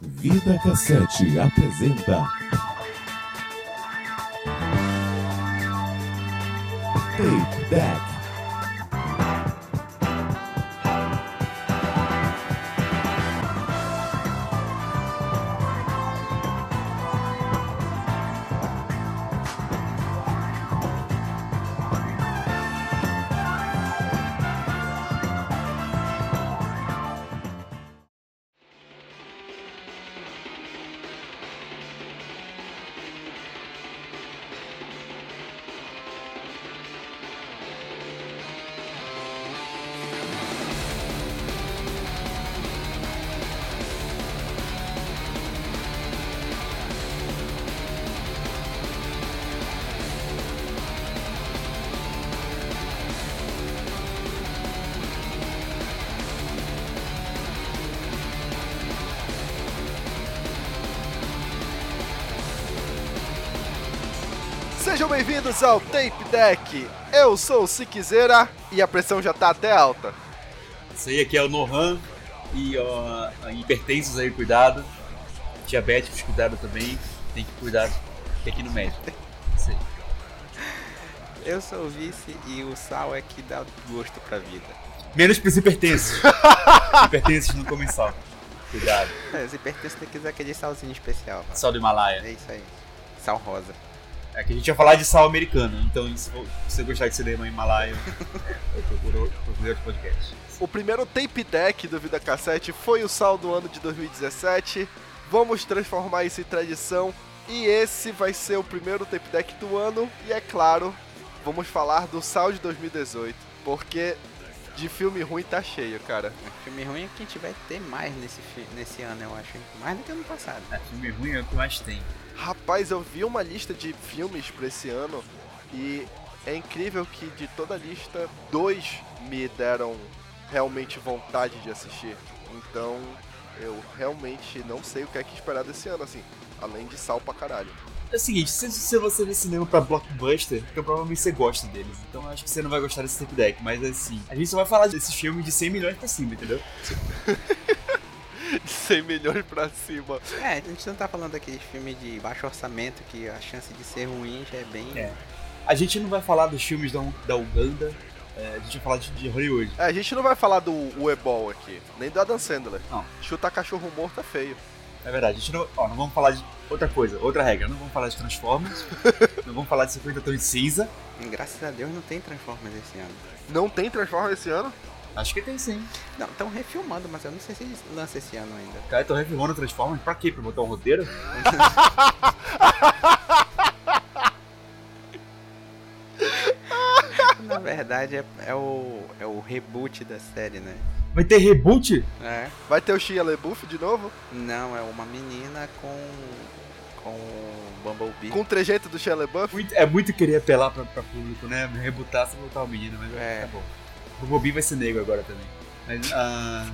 Vida Cassete apresenta. Take Back. Sejam bem-vindos ao Tape Deck. Eu sou o Siquezeira e a pressão já tá até alta. Isso aí aqui é o Nohan e ó, hipertensos aí, cuidado. Diabéticos, cuidado também. Tem que cuidar tem que ir no médico. Isso aí. Eu sou o vice e o sal é que dá gosto pra vida. Menos pros hipertensos. hipertensos não comem sal. Cuidado. É, se pertence se quiser aquele salzinho especial. mano. Sal do Himalaia. É isso aí. Sal rosa. É que a gente ia falar de sal americano, então se vo- se você gostar de cinema Himalaia, é, eu procuro procuro outro podcast. O primeiro Tape Deck do Vida Cassete foi o sal do ano de 2017. Vamos transformar isso em tradição e esse vai ser o primeiro Tape Deck do ano. E é claro, vamos falar do sal de 2018, porque de filme ruim tá cheio, cara. Mas filme ruim é que a gente vai ter mais nesse, fi- nesse ano, eu acho. hein? Mais do que ano passado. É, filme ruim é o que mais tem. Rapaz, eu vi uma lista de filmes pra esse ano e é incrível que de toda a lista, dois me deram realmente vontade de assistir. Então eu realmente não sei o que é que esperar desse ano, assim, além de sal pra caralho. É o seguinte, se, se você vê cinema pra blockbuster, então provavelmente você gosta deles. Então eu acho que você não vai gostar desse tape deck, mas assim, a gente só vai falar desses filmes de 100 milhões pra cima, entendeu? De 100 milhões pra cima. É, a gente não tá falando daqueles filmes de baixo orçamento que a chance de ser ruim já é bem. É. A gente não vai falar dos filmes da, da Uganda, é, a gente vai falar de, de Hollywood. É, a gente não vai falar do Uebol aqui, nem do Adam Sandler. Não. Chutar cachorro morto é feio. É verdade, a gente não, ó, não vamos falar de outra coisa, outra regra, não vamos falar de Transformers, não vamos falar de 50 tons de cinza. E Graças a Deus não tem Transformers esse ano. Não tem Transformers esse ano? Acho que tem sim. Não, estão refilmando, mas eu não sei se eles lançam esse ano ainda. Cara, eu tô revirando Transformers pra quê? Pra botar um roteiro? Na verdade é, é o, é o reboot da série, né? Vai ter reboot? É. Vai ter o Shia LaBeouf de novo? Não, é uma menina com. com o Bumblebee. Com o trejeito do Shia LaBeouf? Muito- é muito querer apelar pra, pra público, né? Rebutar sem botar o menino, mas É. tá bom. O Bobin vai ser negro agora também. Mas, ah,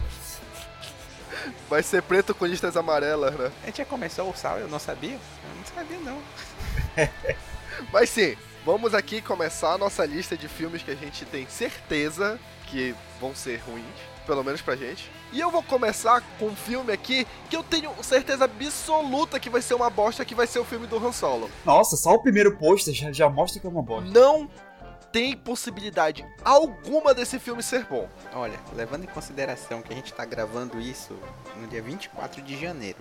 Vai ser preto com listas amarelas, né? A gente já começou o sal, eu não sabia? Eu não sabia não. Mas sim, vamos aqui começar a nossa lista de filmes que a gente tem certeza que vão ser ruins, pelo menos pra gente. E eu vou começar com um filme aqui que eu tenho certeza absoluta que vai ser uma bosta, que vai ser o filme do Han Solo. nossa, só o primeiro pôster já, já mostra que é uma bosta. Não tem possibilidade alguma desse filme ser bom. Olha, levando em consideração que a gente tá gravando isso no dia 24 de janeiro.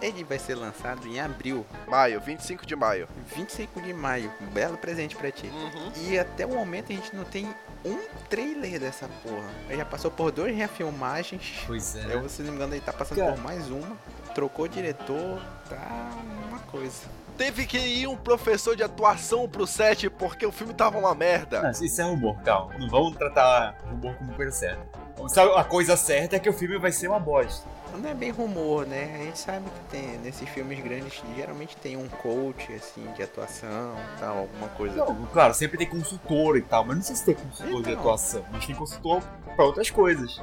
Ele vai ser lançado em abril, Maio, 25 de maio. 25 de maio. Um belo presente pra ti. Uhum. E até o momento a gente não tem um trailer dessa porra. Ele já passou por duas refilmagens. Pois é. Eu, se não me engano, ele tá passando Cara. por mais uma. Trocou diretor, tá uma coisa. Teve que ir um professor de atuação pro set porque o filme tava uma merda. Não, isso é rumor, calma. Não vamos tratar rumor como coisa certa. Sabe, a coisa certa é que o filme vai ser uma bosta. Não é bem rumor, né? A gente sabe que tem nesses filmes grandes geralmente tem um coach assim de atuação, tal, alguma coisa. Não, Tipo, claro, sempre tem consultor e tal, mas não sei se tem consultor de Então. atuação, mas tem consultor pra outras coisas.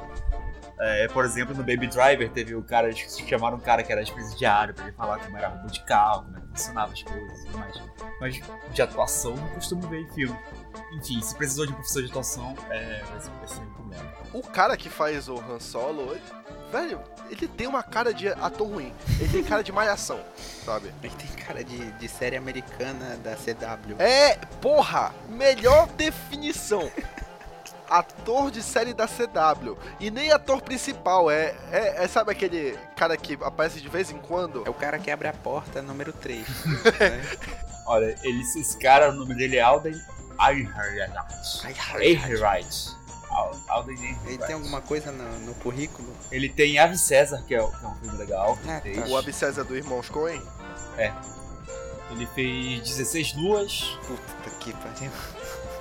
É, por exemplo, no Baby Driver teve o cara, acho que chamaram um cara que era presidiário pra ele falar como era roubo de carro, como é que funcionava as coisas e tudo mais. Mas de atuação não costumo ver em filme. Enfim, se precisou de um professor de atuação, é, vai ser vai ser um problema. O cara que faz o Han Solo ele Velho, ele tem uma cara de ator ruim. Ele tem cara de malhação, sabe? Ele tem cara de, de série americana da CW. É, porra, melhor definição. Ator de série da CW. E nem ator principal, é, é, é- Sabe aquele cara que aparece de vez em quando? É o cara que abre a porta número 3. Olha, ele, esse cara, o nome dele é Alden Ehrenreich. Ehrenreich. Al- Alden Ele Ehrenreich. tem alguma coisa no, no currículo? Ele tem Ave César, que é, o- que é um filme legal. que Ah, ele tá. fez. O Abcésar do Irmãos Coen? Ele fez 16 Luas. Puta que pariu.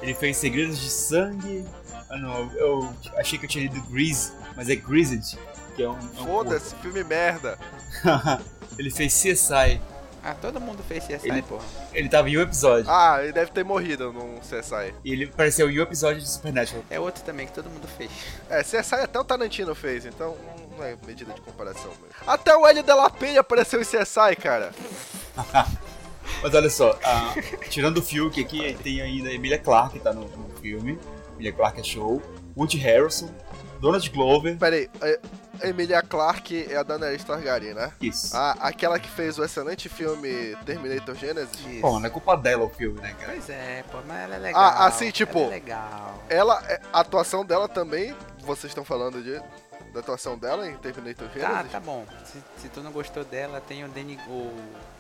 Ele fez Segredos de Sangue. Ah, não, eu eu achei que eu tinha lido Grease, mas é Greased, que é um. é um Foda-se, filme merda. curto. ele fez CSI. Ah, todo mundo fez CSI, Ele- porra. Ele tava em um episódio. Ah, ele deve ter morrido num CSI. E ele apareceu em um episódio de Supernatural. É outro também que todo mundo fez. É, CSI até o Tarantino fez, então não é medida de comparação. mesmo. Até o Hélio Della Penha apareceu em CSI, cara. Mas olha só, ah, tirando o Fiuk aqui, tem ainda a Emilia Clarke, que tá no, no filme. Emilia Clarke é show. Woody Harrelson. Donald Glover. Pera aí, é- Emilia Clarke é a Daenerys Targaryen, né? Isso. A, aquela que fez o excelente filme Terminator Genesis. Isso. Bom, não é culpa dela o filme, né, cara? Pois é, pô, mas ela é legal. Ah, assim, ela tipo- é legal. Ela, é, a atuação dela também, vocês estão falando de, da atuação dela em Terminator Tá, Genesis? tá bom. Se, se tu não gostou dela, tem o Danny o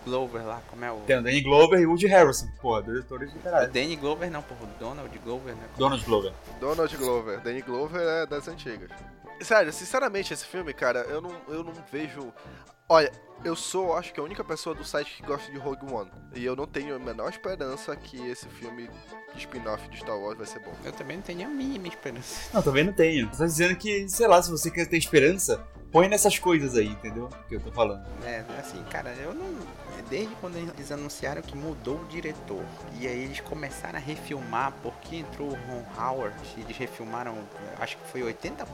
Glover lá, como é o. Tem o Danny Glover e o Woody Harrelson. Porra, dois atores do O caralho. Danny Glover não, porra. O Donald Glover, né? Donald Glover. Donald Glover. Danny Glover é das antigas. Sério, sinceramente, esse filme, cara, eu não, eu não vejo. Olha, eu sou, acho que, a única pessoa do site que gosta de Rogue One. E eu não tenho a menor esperança que esse filme de spin-off de Star Wars vai ser bom. Eu também não tenho nem a mínima esperança. Não, também não tenho. Tô dizendo que, sei lá, se você quer ter esperança, põe nessas coisas aí, entendeu? Que eu tô falando. É, assim, cara, eu não. Desde quando eles anunciaram que mudou o diretor. E aí eles começaram a refilmar porque entrou o Ron Howard. Eles refilmaram, acho que foi 80%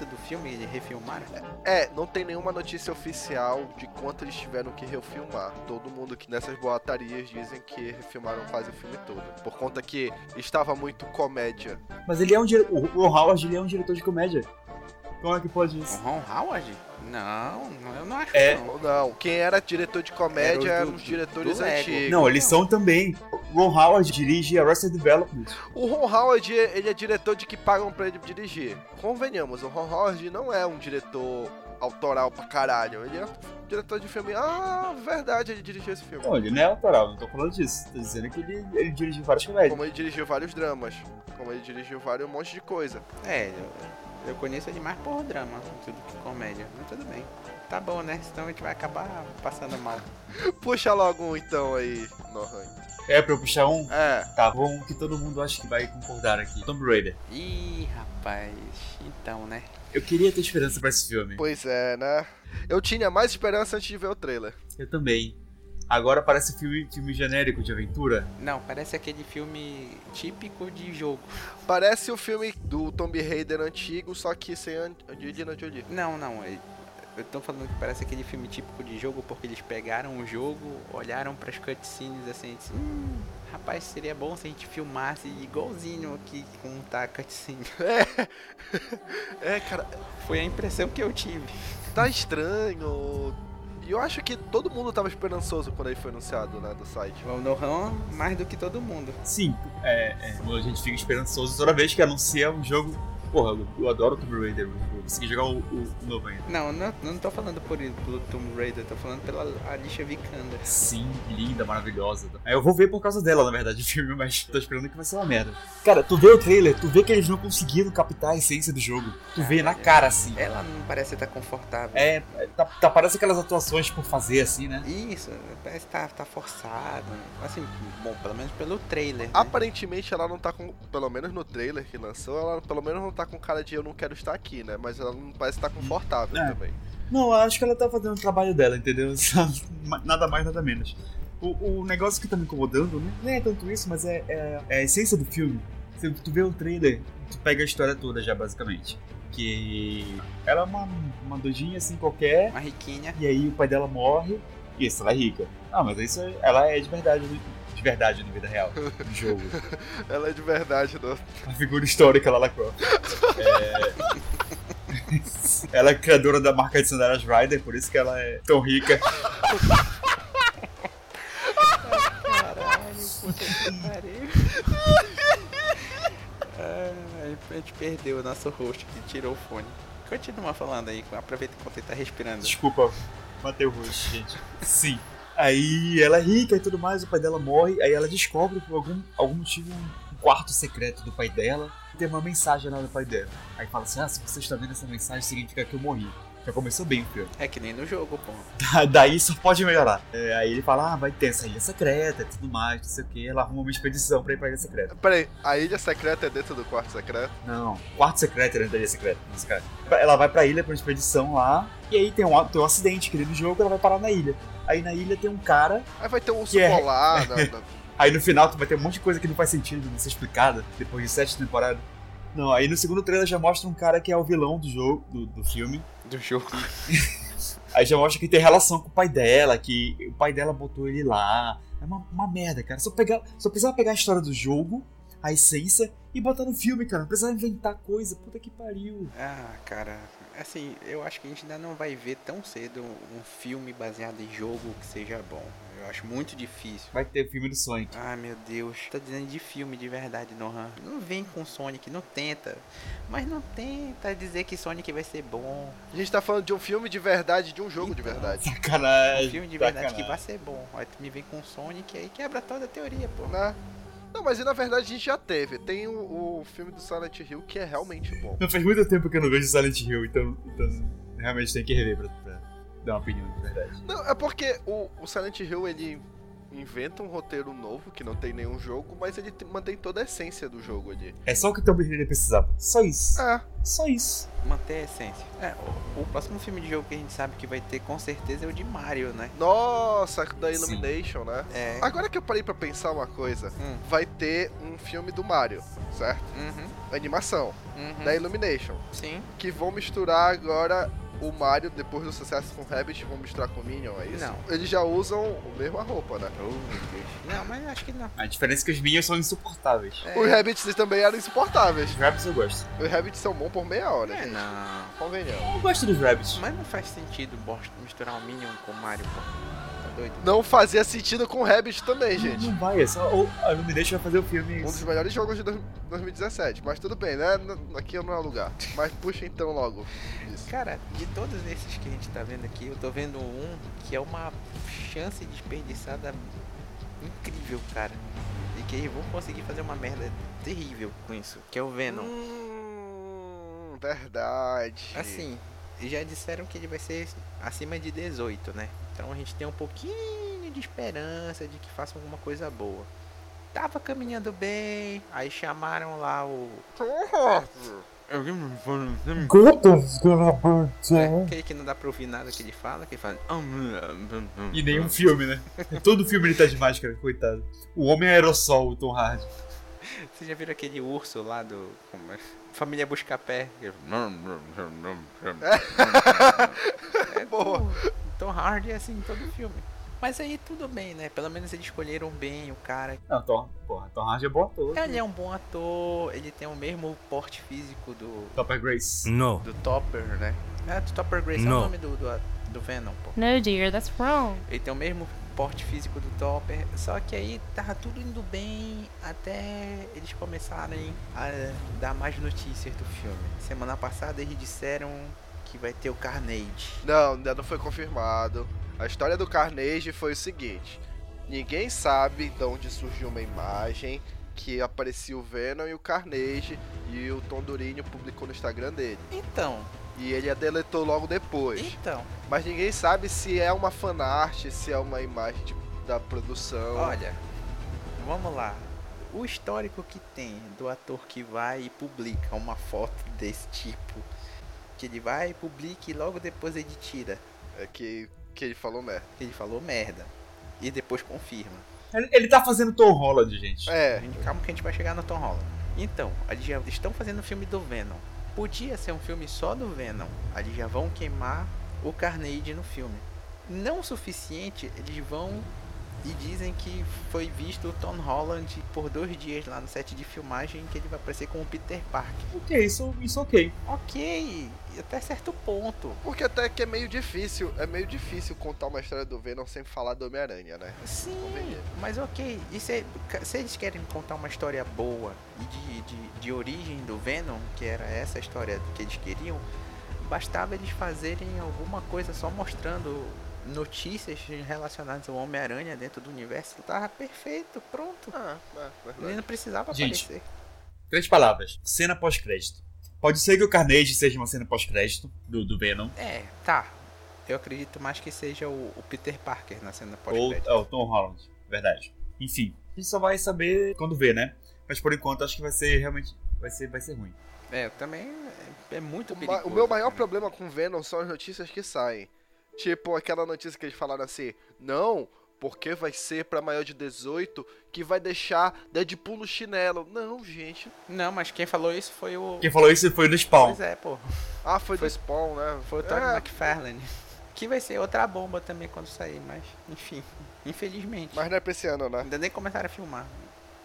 do filme eles refilmaram. É, não tem nenhuma notícia oficial de quanto eles tiveram que refilmar. Todo mundo que nessas boatarias dizem que refilmaram quase o filme todo. Por conta que estava muito comédia. Mas ele é um diretor. O Ron Howard ele é um diretor de comédia. Como é que pode O isso? Ron Howard? Não, não- eu não acho É. não. Não, quem era diretor de comédia Era o do- eram os diretores do Lego. antigos. Não, eles são também. O Ron Howard dirige Arrested Development. O Ron Howard, ele é diretor de que pagam pra ele dirigir. Convenhamos, o Ron Howard não é um diretor autoral pra caralho. Ele é um diretor de filme. Ah, verdade, ele dirigiu esse filme. Não, ele não é autoral, não tô falando disso. Tô dizendo que ele, ele dirige várias comédias. Como ele dirigiu vários dramas. Como ele dirigiu vários um monte de coisa. É, eu, eu conheço ele mais por drama tudo que comédia, mas tudo bem. Tá bom, né? Senão a gente vai acabar passando mal. Puxa logo um então aí, Nohan. É, pra eu puxar um. É, Tá, bom que todo mundo acha que vai concordar aqui. Tomb Raider. Ih, rapaz, então, né? Eu queria ter esperança pra esse filme. pois é, né? Eu tinha mais esperança antes de ver o trailer. Eu também. Agora parece filme, filme genérico de aventura. Não, parece aquele filme típico de jogo. Parece o filme do Tomb Raider antigo, só que sem An- Angelina Jolie. Não, não, eu- eu tô falando que parece aquele filme típico de jogo porque eles pegaram o jogo, olharam pras cutscenes assim e disse, hum, rapaz, seria bom se a gente filmasse igualzinho aqui como tá a cutscene. É, cara, Foi a impressão que eu tive. tá estranho. E eu acho que todo mundo tava esperançoso quando ele foi anunciado, né, do site. O Nohan, mais do que todo mundo. Sim, é, é, a gente fica esperançoso toda vez que anuncia um jogo. Porra, eu, eu adoro Tomb Raider, eu consegui jogar o, o novo ainda. Não, não, não tô falando por, pelo Tomb Raider, tô falando pela Alicia Vikander. Sim, linda, maravilhosa. É, Eu vou ver por causa dela, na verdade, o filme, mas tô esperando que vai ser uma merda. Cara, tu vê o trailer, tu vê que eles não conseguiram captar a essência do jogo. Tu vê na cara, assim. Ela não parece estar confortável. É, é, tá, tá- parece aquelas atuações por fazer, assim, né? Isso, parece que tá, tá forçado. Assim, bom, pelo menos pelo trailer. né? Aparentemente ela não tá com, pelo menos no trailer que lançou, ela pelo menos não tá com cara de eu não quero estar aqui, né? Mas ela não parece estar confortável É. também. Não, eu acho que ela tá fazendo o trabalho dela, entendeu? nada mais, nada menos. O, o negócio que tá me incomodando, né, nem é tanto isso, mas é, é- é a essência do filme. Se tu vê o trailer, tu pega a história toda já, basicamente. Que ela é uma, uma doidinha assim qualquer, Uma riquinha. e aí o pai dela morre, e isso, ela é rica. Ah, mas isso é- ela é de verdade, né? de verdade na vida real, no jogo. Ela é de verdade, não. A figura histórica lá da Croft. É, Ela é criadora da marca de sandálias Rider, por isso que ela é tão rica. Caralho, puta que pariu. Ai, É, a gente perdeu o nosso host que tirou o fone. Continua falando aí, aproveita enquanto ele tá respirando. Desculpa, matei o rosto, gente. Sim. Aí ela é rica e tudo mais, o pai dela morre, aí ela descobre por algum, algum motivo um quarto secreto do pai dela e tem uma mensagem lá do pai dela. Aí fala assim, ah, se você está vendo essa mensagem, significa que eu morri. Já começou bem o filme. É que nem no jogo, pô. Da- Daí só pode melhorar. É, aí ele fala, ah, vai ter essa ilha secreta e tudo mais, não sei o que. Ela arruma uma expedição pra ir pra ilha secreta. Peraí, a ilha secreta é dentro do quarto secreto? Não, quarto secreto era da ilha secreta, nesse caso. Ela vai pra ilha pra uma expedição lá, e aí tem um, tem um acidente que no jogo, ela vai parar na ilha. Aí na ilha tem um cara Aí vai ter um urso Que é- polar. na- na- Aí no final tu vai ter um monte de coisa que não faz sentido, não ser explicada, depois de sete temporadas. Não, aí no segundo trailer já mostra um cara que é o vilão do jogo, do, do filme. Do jogo. Aí já mostra que tem relação com o pai dela, que o pai dela botou ele lá. É uma, uma merda, cara. Só, pegar, só precisava pegar a história do jogo, a essência, e botar no filme, cara. Não precisava inventar coisa. Puta que pariu. Ah, cara, assim, eu acho que a gente ainda não vai ver tão cedo um filme baseado em jogo que seja bom. Eu acho muito difícil. Vai ter filme do Sonic. Ai meu Deus, tá dizendo de filme de verdade, Nohan. Não vem com Sonic, não tenta. Mas não tenta dizer que Sonic vai ser bom. A gente tá falando de um filme de verdade, de um jogo de verdade. Sacanagem. um filme de verdade É sacanagem. que vai ser bom. Aí tu me vem com Sonic aí quebra toda a teoria, pô. Né? Não, mas e na verdade a gente já teve. Tem o, o filme do Silent Hill que é realmente bom. Não, faz muito tempo que eu não vejo Silent Hill, então, então realmente tem que rever pra, pra dar uma opinião de verdade. Não, é porque o, o Silent Hill ele inventa um roteiro novo que não tem nenhum jogo, mas ele te- mantém toda a essência do jogo ali. É só o que o Tomb Raider precisava. Só isso. É, Só isso. Manter a essência. É, o, o próximo filme de jogo que a gente sabe que vai ter com certeza é o de Mario, né? nossa, da Sim. Illumination, né? É. Agora que eu parei pra pensar uma coisa, Hum. vai ter um filme do Mario, certo? Uhum, Animação, uhum. da Illumination, Sim. que vão misturar agora o Mario, depois do sucesso com o Rabbit, vão misturar com o Minion, é isso? Não. Eles já usam a mesma roupa, né? Oh, meu Deus. Não, mas acho que não. A diferença é que os Minions são insuportáveis. É, Os Rabbits também eram insuportáveis. Os Rabbits eu gosto. Os Rabbits são bons por meia hora, é, gente. não. Convenhamos. Eu gosto dos Rabbits. Mas não faz sentido bosta, misturar o Minion com o Mario, pô. Tá doido? Não fazia sentido com o Rabbit também, gente. Não vai, é só. Ou a Illumination vai fazer o filme. Um dos melhores jogos de dois- 2017, mas tudo bem, né? N- Aqui não é lugar. Mas puxa então logo. isso. Cara, de todos esses que a gente tá vendo aqui, eu tô vendo um que é uma chance desperdiçada incrível, cara. E que eles vão conseguir fazer uma merda terrível com isso, que é o Venom. Hum, verdade. Assim, já disseram que ele vai ser acima de 18, né? Então a gente tem um pouquinho de esperança de que façam alguma coisa boa. Tava caminhando bem, aí chamaram lá o, É, aquele que não dá pra ouvir nada que ele fala, que ele fala. "Hum, E nenhum um filme, né? Todo filme ele tá de máscara, coitado. O homem é aerossol, o Tom Hardy. Vocês já viram aquele urso lá do. como é? Família Buscapé? que ele "Hum, fala, É Boa. Tom Hardy é assim em todo filme. Mas aí tudo bem, né? Pelo menos eles escolheram bem o cara. Não, Tom. Porra, Tom Hardy é bom ator. Ele é um bom ator, ele tem o mesmo porte físico do, Topper Grace. No. do Topper, né? É, do Topper Grace é o Não. nome do, do, do Venom, pô. No, dear, that's wrong. Ele tem o mesmo porte físico do Topper, só que aí tava tudo indo bem até eles começarem a dar mais notícias do filme. Semana passada eles disseram que vai ter o Carnage. Não, ainda não foi confirmado. A história do Carnage foi o seguinte: ninguém sabe de onde surgiu uma imagem que aparecia o Venom e o Carnage e o Tom Durinho publicou no Instagram dele. Então, E ele a deletou logo depois. então, Mas ninguém sabe se é uma fanart, se é uma imagem de- da produção. olha, vamos lá. O histórico que tem do ator que vai e publica uma foto desse tipo, que ele vai, publica e logo depois ele tira. É que, que ele falou merda. Ele falou merda. E depois confirma. Ele, ele tá fazendo Tom Holland, gente. A É, gente- Calma que a gente vai chegar no Tom Holland. Então, eles já estão fazendo o filme do Venom. Podia ser um filme só do Venom. Ali já vão queimar o Carnage no filme. Não o suficiente, eles vão E dizem que foi visto o Tom Holland por dois dias lá no set de filmagem que ele vai aparecer como Peter Parker. Ok, isso, isso ok. Ok, até certo ponto. Porque até que é meio difícil, é meio difícil contar uma história do Venom sem falar do Homem-Aranha, né? Sim, mas ok. E se, se eles querem contar uma história boa e de, de, de origem do Venom, que era essa história que eles queriam, bastava eles fazerem alguma coisa só mostrando notícias relacionadas ao Homem-Aranha dentro do universo. Tava perfeito, pronto. Ah, é, Ele verdade. não precisava Gente. aparecer. Três palavras. Cena pós-crédito. Pode ser que o Carnage seja uma cena pós-crédito do, do Venom. É, tá. Eu acredito mais que seja o, o Peter Parker na cena Ou pós-crédito. é, o Tom Holland. Verdade. Enfim. A gente só vai saber quando vê, né? Mas por enquanto acho que vai ser realmente. Vai ser, vai ser ruim. É, também é, é muito O, ma- perigoso. o meu maior também. problema com Venom são as notícias que saem. Tipo aquela notícia que eles falaram assim: não, porque vai ser pra maior de 18 que vai deixar Deadpool no chinelo. Não, gente. Não, mas quem falou isso foi o. Quem falou isso foi o do Spawn. Pois é, pô. Ah, foi, Foi- do Spawn, né? Foi o Todd é, McFarlane. Que vai ser outra bomba também quando sair, mas enfim, infelizmente. Mas não é pra esse ano, né? Ainda nem começaram a filmar.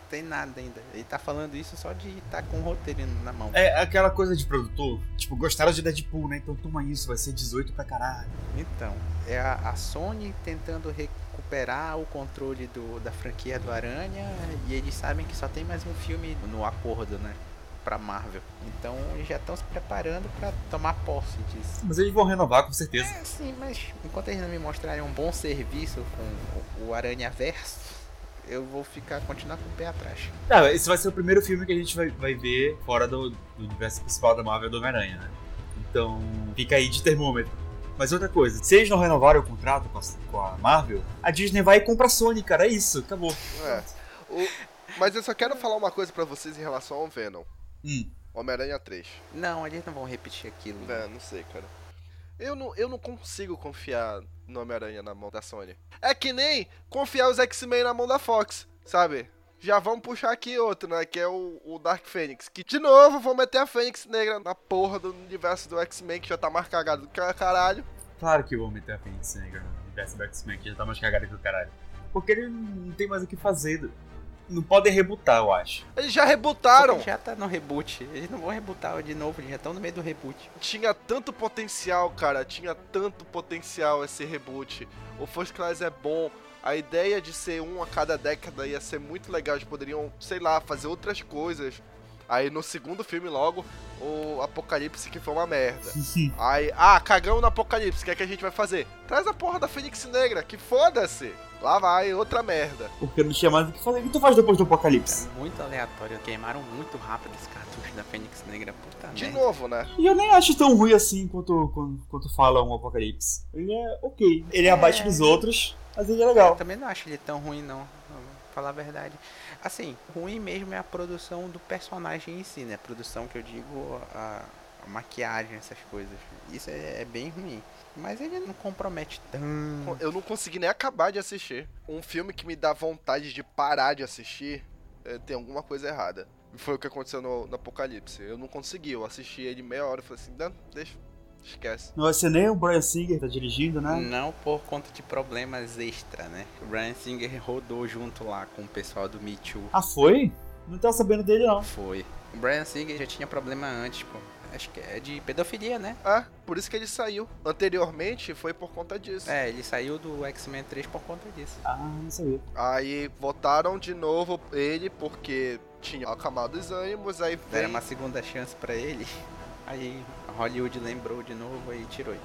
Tem nada ainda. Ele tá falando isso só de estar com o roteiro na mão. É aquela coisa de produtor, tipo, gostaram de Deadpool, né? Então toma isso, vai ser 18 pra caralho. Então, é a, a Sony tentando recuperar o controle do, da franquia do Aranha e eles sabem que só tem mais um filme no acordo, né? Pra Marvel. Então eles já estão se preparando pra tomar posse disso. Mas eles vão renovar com certeza. É, sim, mas enquanto eles não me mostrarem um bom serviço com o, o Aranha Verso, eu vou ficar continuar com o pé atrás. Ah, esse vai ser o primeiro filme que a gente vai, vai ver fora do, do universo principal da Marvel do Homem-Aranha, né? Então, fica aí de termômetro. Mas outra coisa, se eles não renovarem o contrato com a, com a Marvel, a Disney vai e compra a Sony, cara. É isso, acabou. É. O- Mas eu só quero falar uma coisa pra vocês em relação ao Venom. Hum. Homem-Aranha 3. Não, eles não vão repetir aquilo. É, não sei, cara. Eu não, eu não consigo confiar no Homem-Aranha na mão da Sony. É que nem confiar os X-Men na mão da Fox, sabe? Já vamos puxar aqui outro, né? Que é o, o Dark Phoenix. Que, de novo, vão meter a Fênix Negra na porra do universo do X-Men, que já tá mais cagado do que caralho. Claro que vão meter a Fênix Negra no né, universo do X-Men, que já tá mais cagada que o caralho. Porque ele não tem mais o que fazer. Não podem rebutar, eu acho. Eles já Só que rebutaram. Já tá no reboot. Eles não vão rebootar de novo, eles já estão no meio do reboot. Tinha tanto potencial, cara. Tinha tanto potencial esse reboot. O First Class é bom. A ideia de ser um a cada década ia ser muito legal. Eles poderiam, sei lá, fazer outras coisas. Aí no segundo filme logo, o Apocalipse que foi uma merda. Aí, ah, cagão no Apocalipse, o que é que a gente vai fazer? Traz a porra da Fênix Negra, que foda-se. Lá vai, outra merda. Porque não tinha mais o que fazer. O que tu faz depois do Tá Apocalipse? muito aleatório. Queimaram muito rápido esse cartucho da Fênix Negra, puta De merda. novo, né? E eu nem acho tão ruim assim quanto, quanto, quanto fala um Apocalipse. Ele é ok. Ele é abaixo dos outros, mas ele é Eu legal. também não acho ele tão ruim, não. Vou Falar a verdade. Assim, ruim mesmo é a produção do personagem em si, né? A produção que eu digo, a, a maquiagem, essas coisas. Isso é, é bem ruim. Mas ele não compromete tanto. Eu não consegui nem acabar de assistir. Um filme que me dá vontade de parar de assistir, eh, tem alguma coisa errada. E Foi o que aconteceu no, no Apocalipse. Eu não consegui, eu assisti ele meia hora e falei assim, não, deixa, esquece. Não vai ser nem o Brian Singer que tá dirigindo, né? Não por conta de problemas extra, né? O Brian Singer rodou junto lá com o pessoal do Me Too. Ah, foi? Não tava sabendo dele, não. Foi. O Brian Singer já tinha problema antes, pô. Acho que é de pedofilia, né? Ah, por isso que ele saiu. Anteriormente foi por conta disso. É, ele saiu do X-Men 3 por conta disso. Ah, não sabia. Aí votaram de novo ele porque tinha acalmado os ânimos, aí Era veio. uma segunda chance pra ele. Aí Hollywood lembrou de novo e tirou ele.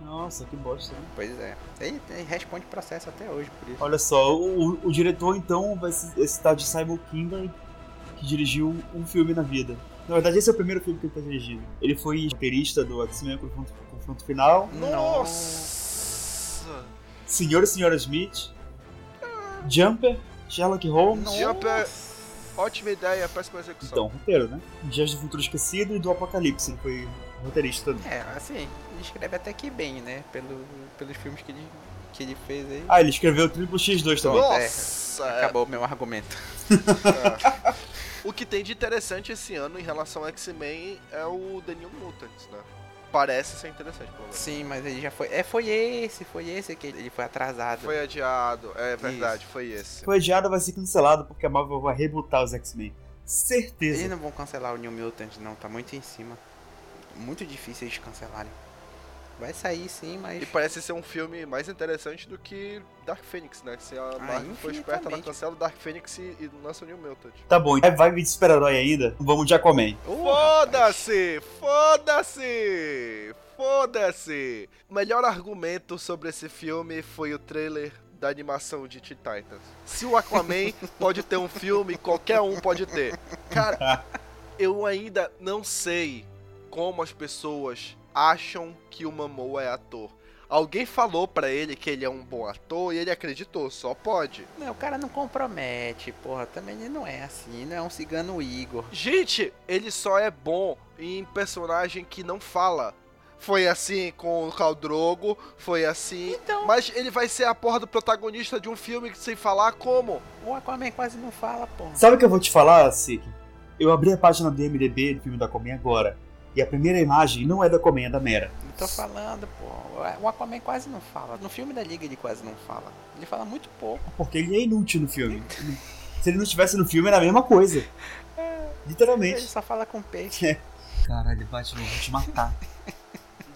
Nossa, que bosta. né? Pois é. Ele, ele responde processo até hoje por isso. Olha só, o, o- o diretor então vai ser esse tal de Simon Kinberg, que dirigiu um filme na vida. Na verdade, esse é o primeiro filme que ele tá dirigindo. Ele foi roteirista do X-Men confronto, confronto Final, Nossa! Senhor e Senhora Smith, Jumper, Sherlock Holmes. Jumper, ótima ideia, péssima execução. Então, roteiro, né? Dias do Futuro Esquecido e do Apocalipse, ele foi roteirista. É, assim, ele escreve até que bem, né? Pelo, pelos filmes que ele, que ele fez aí. Ah, ele escreveu o Triplo X2 também. Nossa! é. Então, Acabou o meu argumento. O que tem de interessante esse ano em relação ao X-Men é o The New Mutants, né? parece ser interessante, pelo menos. Sim, mas ele já foi. É, foi esse, foi esse que ele foi atrasado. Foi adiado, é verdade, foi esse. Foi adiado, vai ser cancelado porque a Marvel vai rebutar os X-Men. Certeza. Eles não vão cancelar o New Mutant, não, tá muito em cima. Muito difícil eles cancelarem. Vai sair sim, mas. E parece ser um filme mais interessante do que Dark Phoenix, né? Se a Marvel for esperta, ela infinitamente. cancela o Dark Phoenix e, e lança o New Mutant. Tá bom, vai- vai vir de super-herói ainda? Vamos de Aquaman. Ô, rapaz. Foda-se! Foda-se! Foda-se! O melhor argumento sobre esse filme foi o trailer da animação de Teen Titans. Se o Aquaman pode ter um filme, qualquer um pode ter. Cara, eu ainda não sei como as pessoas acham que o Momoa é ator. Alguém falou pra ele que ele é um bom ator e ele acreditou, só pode. Não, o cara não compromete, porra. Também ele não é assim, não é um cigano Igor. Gente, ele só é bom em personagem que não fala. Foi assim com o Khal Drogo, foi assim. Então. Mas ele vai ser a porra do protagonista de um filme que sem falar como? O Aquaman quase não fala, porra. Sabe o que eu vou te falar, Sik? Eu abri a página do MDB do filme da Aquaman agora. E a primeira imagem não é da Aquaman, é da Mera. Não tô falando, pô. O Aquaman quase não fala. No filme da Liga ele quase não fala. Ele fala muito pouco. Porque ele é inútil no filme. Se ele não estivesse no filme, era a mesma coisa. Ele Literalmente. só fala com o peixe. É. Caralho, Batman, eu vou te matar.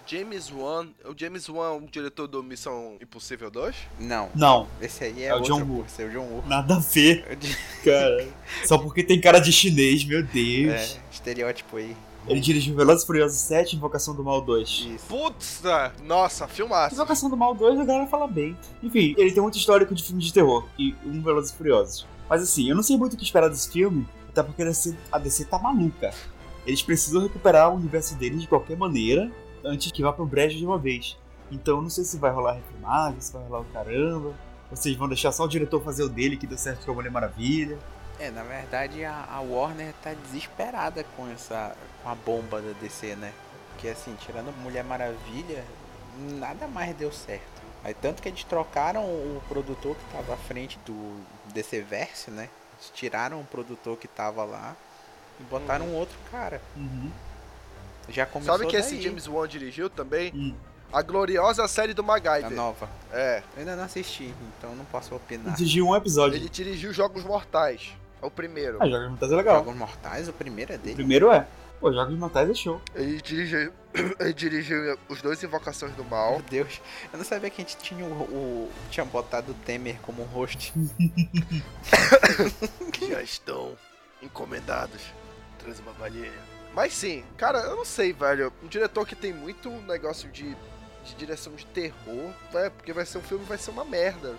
James Wan. O James Wan, o diretor do Missão Impossível 2? Não, Não, esse aí é, É o outro John Woo. curso, é o John Woo. nada a ver, cara. Só porque tem cara de chinês, meu Deus. É, estereótipo aí. Ele dirigiu Velozes e Furiosos 7 e Invocação do Mal 2. Isso. Putz! Nossa, filmaço. Invocação do Mal 2, a galera fala bem. Enfim, ele tem muito histórico de filme de terror e um Velozes e Furiosos. Mas assim, eu não sei muito o que esperar desse filme, até porque a DC, a DC tá maluca. Eles precisam recuperar o universo deles de qualquer maneira antes que vá pro brejo de uma vez. Então eu não sei se vai rolar refilmagem, se vai rolar o caramba. Vocês vão deixar só o diretor fazer o dele que deu certo com a Mulher Maravilha. É, na verdade a, a Warner tá desesperada com essa. com a bomba da DC, né? Porque assim, tirando Mulher Maravilha, nada mais deu certo. Aí tanto que eles trocaram o produtor que tava à frente do DC Verse, né? Eles tiraram o produtor que tava lá e botaram um outro cara. Uhum. Já começou Sabe que esse daí, James Wan dirigiu também? Hum. A gloriosa série do A MacGyver. nova. É. Eu ainda não assisti, então não posso Ele opinar. dirigiu um episódio. Ele dirigiu Jogos Mortais. É o primeiro. Ah, Jogos Mortais é legal. Jogos Mortais, o primeiro é O dele. primeiro é. Pô, Jogos Mortais é show. Ele dirigiu, ele dirigiu os dois Invocações do Mal. Meu Deus, eu não sabia que a gente tinha o, o- tinha botado o Temer como host. que já estão encomendados. Transmavalheira. Mas sim, cara, eu não sei, velho. Um diretor que tem muito negócio de, de direção de terror, né? Porque vai ser um filme, vai ser uma merda.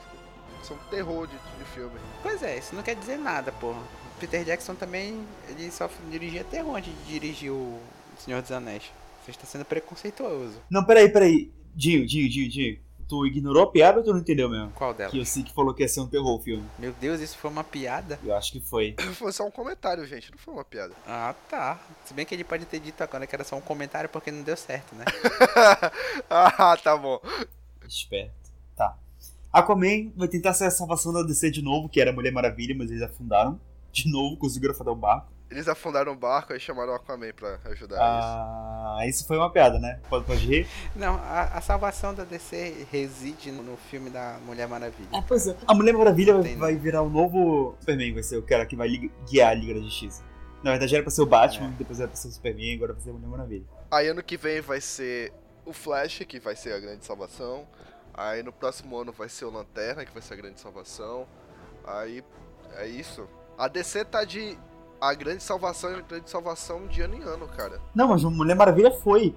São terror de, de filme. Pois é, isso não quer dizer nada, porra. O Peter Jackson também, ele só dirigia terror antes de dirigir o Senhor dos Anéis. Você está sendo preconceituoso. Não, peraí, peraí. Dinho, Dinho, Dinho, Dinho. Tu ignorou a piada ou tu não entendeu mesmo? Qual dela? Que eu sei que falou que ia ser um terror o filme. Meu Deus, isso foi uma piada? Eu acho que foi. Foi só um comentário, gente, não foi uma piada. Ah, tá. Se bem que ele pode ter dito agora que era só um comentário porque não deu certo, né? ah, tá bom. Esperto. Tá. Aquaman vai tentar ser a salvação da DC de novo, que era Mulher Maravilha, mas eles afundaram. De novo, conseguiram afundar o barco. Eles afundaram o barco e chamaram o Aquaman pra ajudar isso. Ah, isso foi uma piada, né? Pode, pode rir? Não, a, a salvação da DC reside no, no filme da Mulher Maravilha. Ah, pois é. A Mulher Maravilha vai, Entendo. vai virar o novo Superman, vai ser o cara que vai li- guiar a Liga da Justiça. Na verdade era pra ser o Batman, depois era pra ser o Superman, agora vai ser a Mulher Maravilha. Aí ano que vem vai ser o Flash, que vai ser a grande salvação. Aí no próximo ano vai ser o Lanterna, que vai ser a grande salvação. Aí é isso. A DC tá de a grande salvação e a grande salvação de ano em ano, cara. Não, mas a Mulher Maravilha foi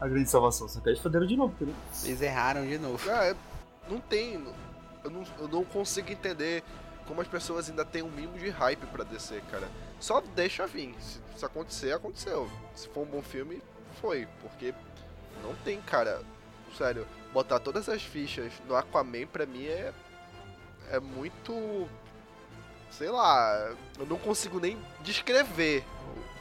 a grande salvação, só que eles foderam de novo, entendeu? Eles erraram de novo. Ah, é- não tem. Eu não, eu não consigo entender como as pessoas ainda têm um mínimo de hype pra DC, cara. Só deixa vir. Se, se acontecer, aconteceu. Se for um bom filme, foi. Porque não tem, cara. Sério, botar todas as fichas no Aquaman pra mim é. É muito. Sei lá. Eu não consigo nem descrever.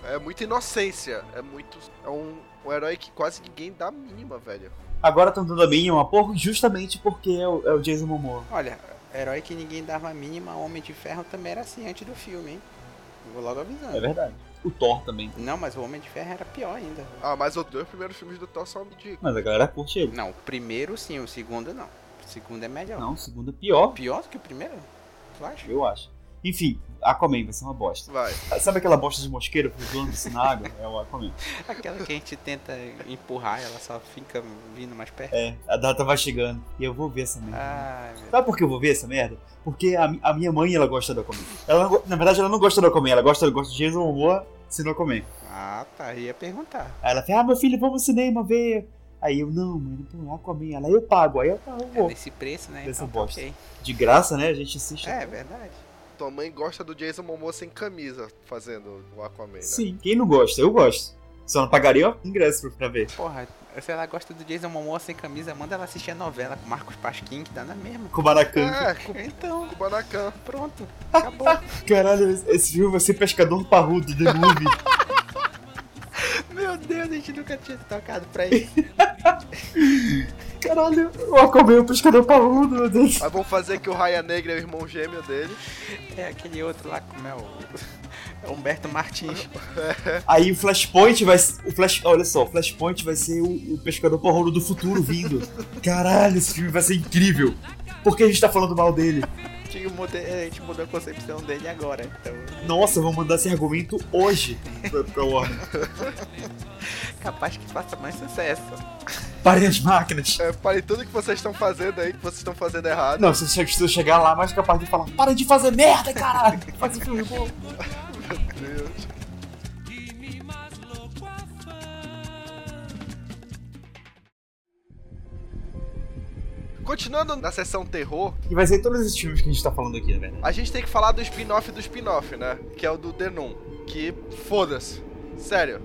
É muita inocência. É muito. É um, um herói que quase ninguém dá a mínima, velho. Agora tá estão dando a mínima por, é justamente porque é o, é o Jason Momoa. Olha, herói que ninguém dava a mínima, Homem de Ferro também era assim antes do filme, hein? Vou logo É avisando. verdade. o Thor também. Não, mas o Homem de Ferro era pior ainda. Ah, mas os dois primeiros filmes do Thor são de. Mas é a galera curte ele. Não, o primeiro sim, o segundo não. O segundo é melhor. Não, o segundo é pior, Pior do que o primeiro? Tu acha? eu acho. Enfim, Aquaman vai ser uma bosta. Vai. Sabe aquela bosta de mosqueiro flutuando assim na água? É o Aquaman. Aquela que a gente tenta empurrar, ela só fica vindo mais perto. É, a data vai chegando. E eu vou ver essa merda. Ai, meu Sabe por que eu vou ver essa merda? Porque a, mi- a minha mãe, ela gosta do Aquaman. Ela não go- na verdade, ela não gosta do Aquaman. Ela gosta, gosta de Jason Momoa se não Aquaman. Ah, tá. Ia perguntar. Aí ela fala, ah, meu filho, vamos ao cinema ver. Aí eu, não, mãe, não Aquaman. Ela, eu pago. Aí eu, tá, eu É vou. nesse preço, né? Dessa Então, tá bosta. ok. De graça, né? A gente assiste. É, é verdade. Tua mãe gosta do Jason Momoa sem camisa fazendo o Aquaman, né? Sim, quem não gosta? Eu gosto. Só não pagaria o ingresso pra pra ver. Porra, se ela gosta do Jason Momoa sem camisa, manda ela assistir a novela com Marcos Pasquim, que dá na mesma. Kubanacan. É, com Então, o Banacan. pronto. Acabou. Caralho, esse filme vai ser Pescador Parrudo, The Movie. Meu Deus, a gente nunca tinha tocado pra isso. Caralho, o Aquaman é o Pescador Parrudo, meu Deus. Mas vamos fazer que o Raia Negra é o irmão gêmeo dele. É aquele outro lá, como é o... é o Humberto Martins. Aí o Flashpoint vai ser. O Flash, olha só, o Flashpoint vai ser o, o pescador porrolo do futuro vindo. Caralho, esse filme vai ser incrível. Por que a gente tá falando mal dele? A gente mudou- a gente mudou a concepção dele agora, então... Nossa, vou mandar esse argumento hoje pra, pra Warner. Capaz que faça mais sucesso. Parem as máquinas. É, parem tudo que vocês estão fazendo aí, que vocês estão fazendo errado. Não, se eu che- se eu chegar lá, mais capaz de falar: Parem de fazer merda, caralho! Faz um filme bom. Meu Deus. Continuando na sessão terror, E vai ser todos esses filmes que a gente tá falando aqui, na verdade. a gente tem que falar do spin-off do spin-off, né? Que é o do Denon. Que foda-se. Sério,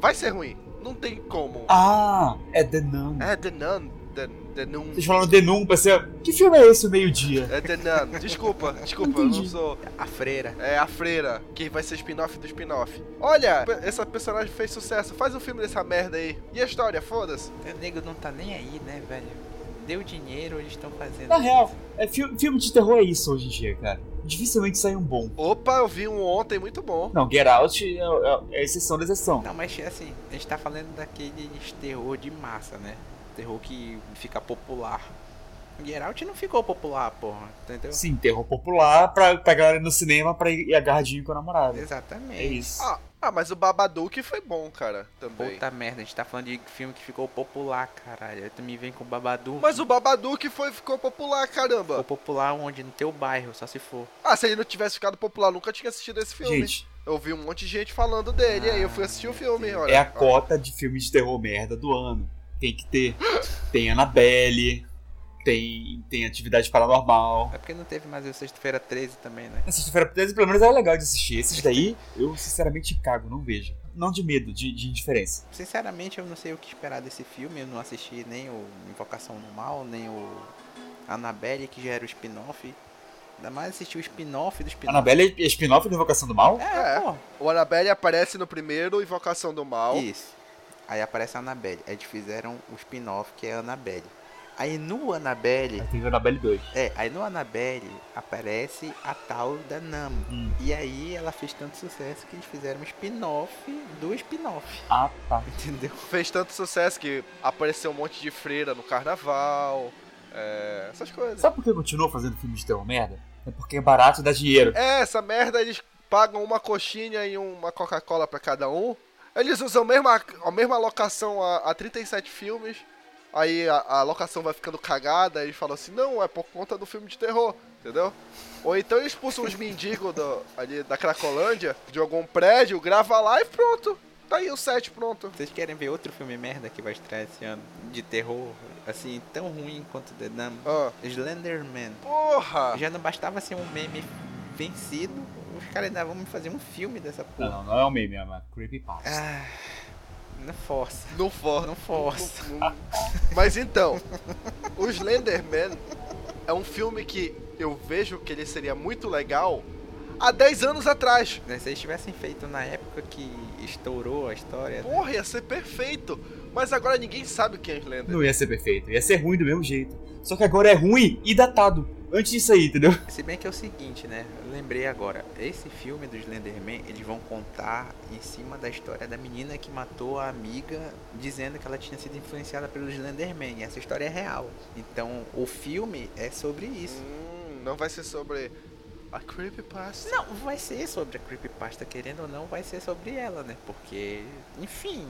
vai ser ruim. Não tem como. Ah, é The Nun. É Denon. Den- Denon. Vocês falaram The Nun, pensei: Que filme é esse, o meio-dia? É Denon. Desculpa, desculpa, eu não Entendi. sou. A freira. É a freira, que vai ser spin-off do spin-off. Olha, pe- essa personagem fez sucesso. Faz um filme dessa merda aí. E a história, foda-se. O nego não tá nem aí, né, velho? Deu dinheiro, eles estão fazendo. Na real, é fi- filme de terror é isso hoje em dia, cara. Dificilmente sai um bom. Opa, eu vi um ontem muito bom. Não, Get Out é, é- é exceção da exceção. Não, mas assim, a gente tá falando daqueles terror de massa, né? Terror que fica popular. Geralt não ficou popular, porra, entendeu? Sim, terror popular pra, pra galera ir no cinema pra ir agarradinho com a namorada. É Exatamente. isso. Ah, ah, mas o Babadook foi bom, cara, também. Puta merda, a gente tá falando de filme que ficou popular, caralho. Aí tu me vem com Babadu. Mas o Babadook foi, ficou popular, Ficou caramba. popular onde? No teu bairro, só se for. Ah, se ele não tivesse ficado popular, nunca tinha assistido esse filme. Gente, Eu vi um monte de gente falando dele, aí eu fui assistir o filme, olha. é a cota de filme de terror merda do ano. Tem que ter. Tem Annabelle, tem, tem Atividade Paranormal. É porque não teve mais o Sexta-feira 13 também, né? Na sexta-feira 13, pelo menos é legal de assistir. Esses daí, eu sinceramente cago, não vejo. Não de medo, de, de indiferença. Sinceramente, eu não sei o que esperar desse filme. Eu não assisti nem o Invocação do Mal, nem o Annabelle, que já era o spin-off. Ainda mais assisti o spin-off do spin-off. Annabelle é spin-off do Invocação do Mal? É, É. pô. O Annabelle aparece no primeiro Invocação do Mal. Isso. Aí aparece a Annabelle. Aí Eles fizeram o spin-off, que é a Annabelle. Aí no Annabelle... Teve Annabelle 2. É, aí no Annabelle aparece a tal da Nam. Hum. E aí ela fez tanto sucesso que eles fizeram um spin-off do spin-off. Ah, tá. Entendeu? Fez tanto sucesso que apareceu um monte de freira no carnaval. é, essas coisas. Sabe por que continua fazendo filme de terror merda? É porque é barato e dá dinheiro. É, essa merda eles pagam uma coxinha e uma Coca-Cola pra cada um. Eles usam a mesma, a mesma locação a, a 37 filmes. Aí a, a locação vai ficando cagada e falam assim: não, é por conta do filme de terror, entendeu? Ou então eles expulsam uns mendigos do- ali da Cracolândia, de algum prédio, grava lá e pronto. Tá aí o set pronto. Vocês querem ver outro filme merda que vai estrear esse ano? De terror, assim, tão ruim quanto The Nam? Ah, Slenderman. porra! Já não bastava ser um meme vencido, os caras ainda vão fazer um filme dessa porra. Não, não, não é um meme, é uma creepypasta. Ah, não força. Não for. Não força. Mas então, o Slenderman é um filme que eu vejo que ele seria muito legal há 10 anos atrás. Né, Se eles tivessem feito na época que estourou a história, né? Porra, ia ser perfeito. Mas agora ninguém sabe o que é Slender. Não ia ser perfeito, ia ser ruim do mesmo jeito. Só que agora é ruim e datado. Antes disso aí, entendeu? Se bem que é o seguinte, né? Eu lembrei agora. Esse filme do Slenderman, eles vão contar em cima da história da menina que matou a amiga, dizendo que ela tinha sido influenciada pelo Slenderman. E essa história é real. Então, o filme é sobre isso. Hum, não vai ser sobre a Creepypasta. Não, vai ser sobre a creepypasta, querendo ou não, vai ser sobre ela, né? Porque, enfim,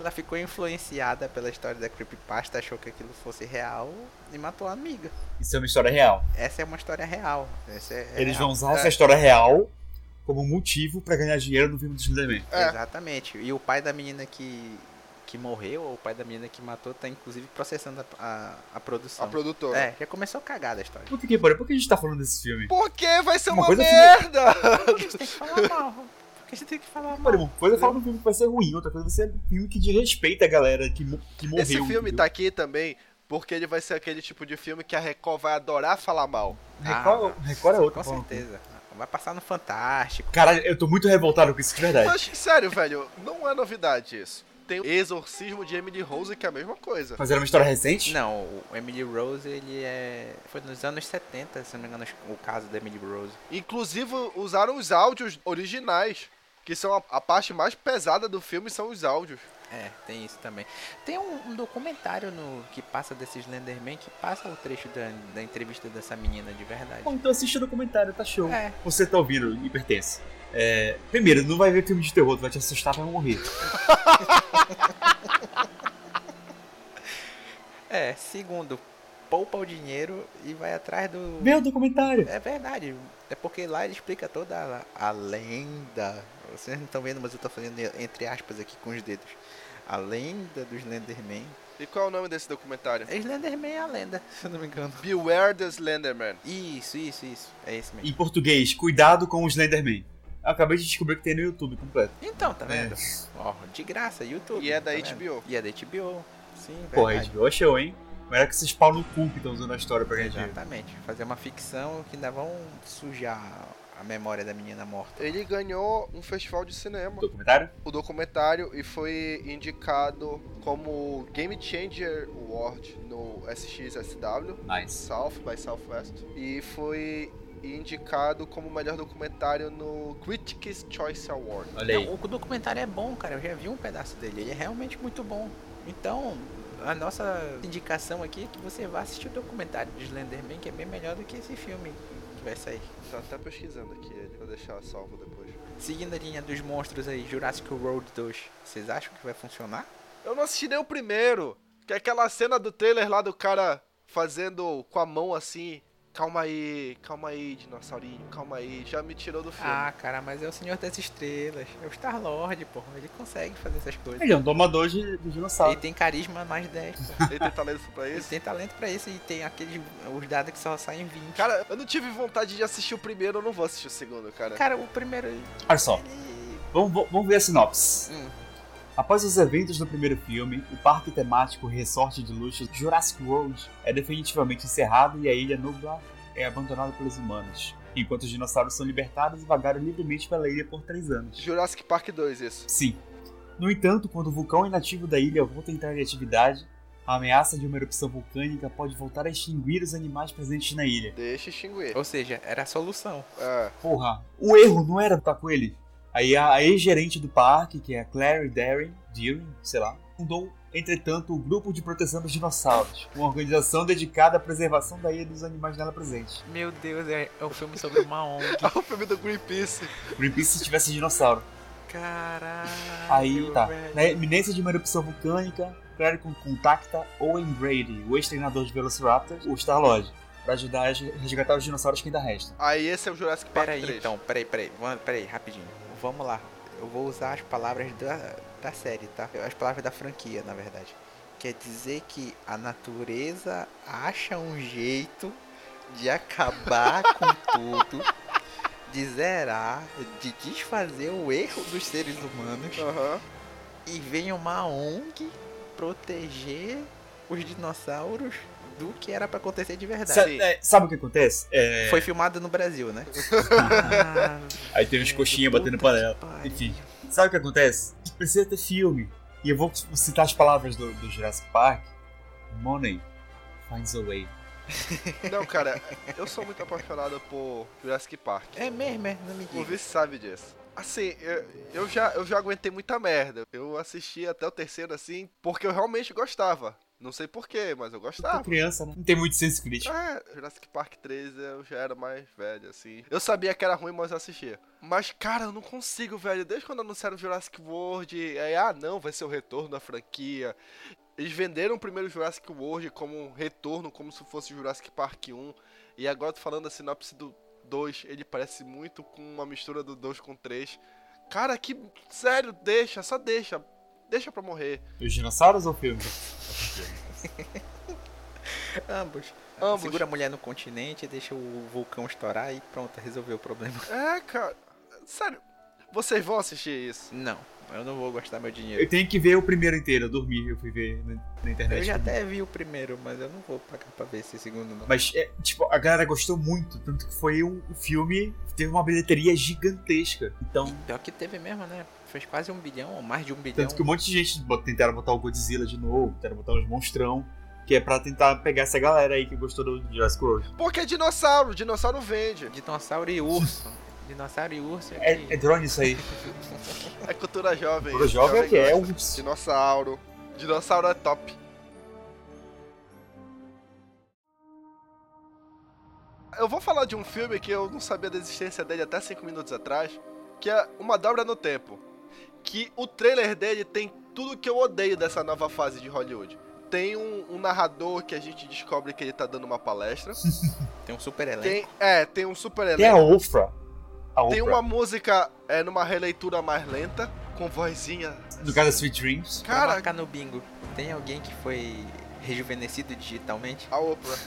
ela ficou influenciada pela história da creepypasta, achou que aquilo fosse real e matou a amiga. Isso é uma história real. Essa é uma história real. Essa é, é Eles real. vão usar É. essa história real como motivo pra ganhar dinheiro no filme do Slenderman. É. Exatamente. E o pai da menina que, que morreu, ou o pai da menina que matou, tá inclusive processando a, a, a produção. A produtora. É, já começou cagada a história. Puta que pariu, por que a gente tá falando desse filme? Porque vai ser Uma uma, coisa que- merda! Por que você tem que falar mal? Por que você tem que falar mal? Pariu, uma coisa é falar de um filme que vai ser ruim, outra coisa vai ser um filme que diz respeito à galera que, mo- que morreu. Esse filme entendeu? tá aqui também porque ele vai ser aquele tipo de filme que a Record vai adorar falar mal. Record, Ah, Record é outro. Com pô. certeza. Vai passar no Fantástico. Caralho, eu tô muito revoltado com isso, de verdade. Mas, sério, velho, não é novidade isso. Tem o Exorcismo de Emily Rose, que é a mesma coisa. Fazer uma história recente? Não, o Emily Rose, ele é. Foi nos anos 70, se não me engano, o caso da Emily Rose. Inclusive, usaram os áudios originais, que são a, a parte mais pesada do filme, são os áudios. É, tem isso também. Tem um, um documentário no que passa desse Slenderman que passa o trecho da, da entrevista dessa menina de verdade. Bom, então assista o documentário, tá show. É. Você tá ouvindo e pertence. É, primeiro, não vai ver filme de terror, tu vai te assustar, vai morrer. É, segundo, poupa o dinheiro e vai atrás do. Vê o documentário. É verdade. É porque lá ele explica toda a, a lenda. Vocês não estão vendo, mas eu tô fazendo entre aspas aqui com os dedos. A lenda do Slenderman. E qual é o nome desse documentário? Slenderman é a lenda, se eu não me engano. Beware the Slenderman. Isso, isso, isso. É esse mesmo. Em português, cuidado com o Slenderman. Eu acabei de descobrir que tem no YouTube completo. Então, tá É. vendo? Ó, de graça, YouTube. E é da tá vendo? HBO. E é da HBO. Sim, Porra, verdade. HBO é show, hein? Melhor que esses pau no cu que estão usando a história pra ganhar dinheiro. Exatamente. Fazer uma ficção que ainda vão sujar a memória da menina morta. Ele ganhou um festival de cinema, Documentário? o documentário, e foi indicado como Game Changer Award no SXSW. Nice. South by Southwest e foi indicado como melhor documentário no Critics Choice Award. Olha aí. Não, o documentário é bom, cara. Eu já vi um pedaço dele. Ele é realmente muito bom. Então, a nossa indicação aqui é que você vá assistir o documentário de Slenderman, que é bem melhor do que esse filme que vai sair. Tô até pesquisando aqui, ele vou deixar salvo depois. Seguindo a linha dos monstros aí, Jurassic World 2. Vocês acham que vai funcionar? Eu não assisti nem o primeiro, que é aquela cena do trailer lá do cara fazendo com a mão assim. Calma aí, calma aí, dinossaurinho, calma aí, já me tirou do filme. Ah, cara, mas é o Senhor das Estrelas. É o Star-Lord, porra. Ele consegue fazer essas coisas. Ele é um domador de, de Ele dinossauro. tem carisma mais 10. Ele tem talento pra Ele isso. tem talento pra isso e tem aqueles os dados que só saem 20. Cara, Cara, eu não tive vontade de assistir o primeiro, eu não vou assistir o segundo, cara. o primeiro ele. Olha só, vamos, vamos- vamos ver a sinopse. Hum. Após os eventos do primeiro filme, o parque temático Resort de Luxo Jurassic World é definitivamente encerrado e a ilha Nublar é abandonada pelos humanos, enquanto os dinossauros são libertados e vagaram livremente pela ilha por três anos. Jurassic Park 2, isso. Sim. No entanto, quando o vulcão inativo da ilha volta a entrar em atividade, a ameaça de uma erupção vulcânica pode voltar a extinguir os animais presentes na ilha. Deixa extinguir. Ou seja, era a solução. É. Porra, o erro não era estar com ele. Aí a, a ex-gerente do parque, que é a Clary Daring, Deering, sei lá, fundou, entretanto, o Grupo de Proteção dos Dinossauros, uma organização dedicada à preservação da ilha dos animais nela presentes. Meu Deus, é, é um filme sobre uma ONG. É o filme do Greenpeace. Greenpeace se tivesse dinossauro. Caralho. Aí tá. velho. Na iminência de uma erupção vulcânica, Clary con- contacta Owen Brady, o ex-treinador de Velociraptor, o Star-Lord, para ajudar a res- resgatar os dinossauros que ainda restam. Aí esse é o Jurassic Park Pera aí 3. então, peraí, peraí. Vamos, peraí, rapidinho. Vamos lá. Eu vou usar as palavras da, da série, tá? As palavras da franquia, na verdade. Quer dizer que a natureza acha um jeito de acabar com tudo, de zerar, de desfazer o erro dos seres humanos Aham. e vem uma ONG proteger os dinossauros do que era pra acontecer de verdade. Sa- é, sabe o que acontece? É, Foi filmado no Brasil, né? É, aí tem uns coxinhas batendo panela. Enfim. Sabe o que acontece? Precisa ter filme. E eu vou citar as palavras do, do Jurassic Park. Money finds a way. Não, cara, eu sou muito apaixonado por Jurassic Park. É mesmo, é? Não me O diga. Vice sabe disso. Assim, eu, eu já, eu já aguentei muita merda. Eu assisti até o terceiro, assim, porque eu realmente gostava. Não sei porquê, mas eu Tô Tá. gostava. criança, né? Não tem muito senso crítico. É, Jurassic Park 3 eu já era mais velho, assim. Eu sabia que era ruim, mas eu assistia. Mas, cara, eu não consigo, velho. Desde quando anunciaram Jurassic World, aí, ah, não, vai ser o retorno da franquia. Eles venderam o primeiro Jurassic World como um retorno, como se fosse Jurassic Park 1. E agora, tô falando a sinopse do 2, ele parece muito com uma mistura do 2 com 3. Cara, que. Sério, deixa, só deixa. Deixa pra morrer. Os dinossauros ou o filme? Ambos. Ambos. Segura a mulher no continente, deixa o vulcão estourar e pronto, resolveu o problema. É, cara. Sério. Vocês vão assistir isso. Não, eu não vou gastar meu dinheiro. Eu tenho que ver o primeiro inteiro. Eu dormi, eu fui ver na, na internet. Eu já até vi o primeiro, mas eu não vou pagar pra ver esse segundo não. Mas, é, tipo, a galera gostou muito. Tanto que foi um o filme que teve uma bilheteria gigantesca. Então, E pior que teve mesmo, né? Fez quase um bilhão, ou mais de um bilhão. tanto que um monte de gente bot- tentaram botar o Godzilla de novo, tentaram botar os monstrão. Que é pra tentar pegar essa galera aí que gostou do Jurassic World. Porque é dinossauro, dinossauro vende. Dinossauro e urso. Dinossauro e urso é, É, é que- drone isso aí. É cultura jovem. O jovem é que é um. gosta. Dinossauro. Dinossauro é top. Eu vou falar de um filme que eu não sabia da existência dele até 5 minutos atrás, que é Uma Dobra no Tempo. Que o trailer dele tem tudo que eu odeio dessa nova fase de Hollywood. Tem um- um narrador que a gente descobre que ele tá dando uma palestra. tem um super elenco. Tem, é, tem um super elenco. Tem a Ofra. A Ofra. Tem uma música é, numa releitura mais lenta, com vozinha. No caso da Sweet Dreams. Pra Cara, marcar no bingo. Tem alguém que foi rejuvenescido digitalmente? a Oprah.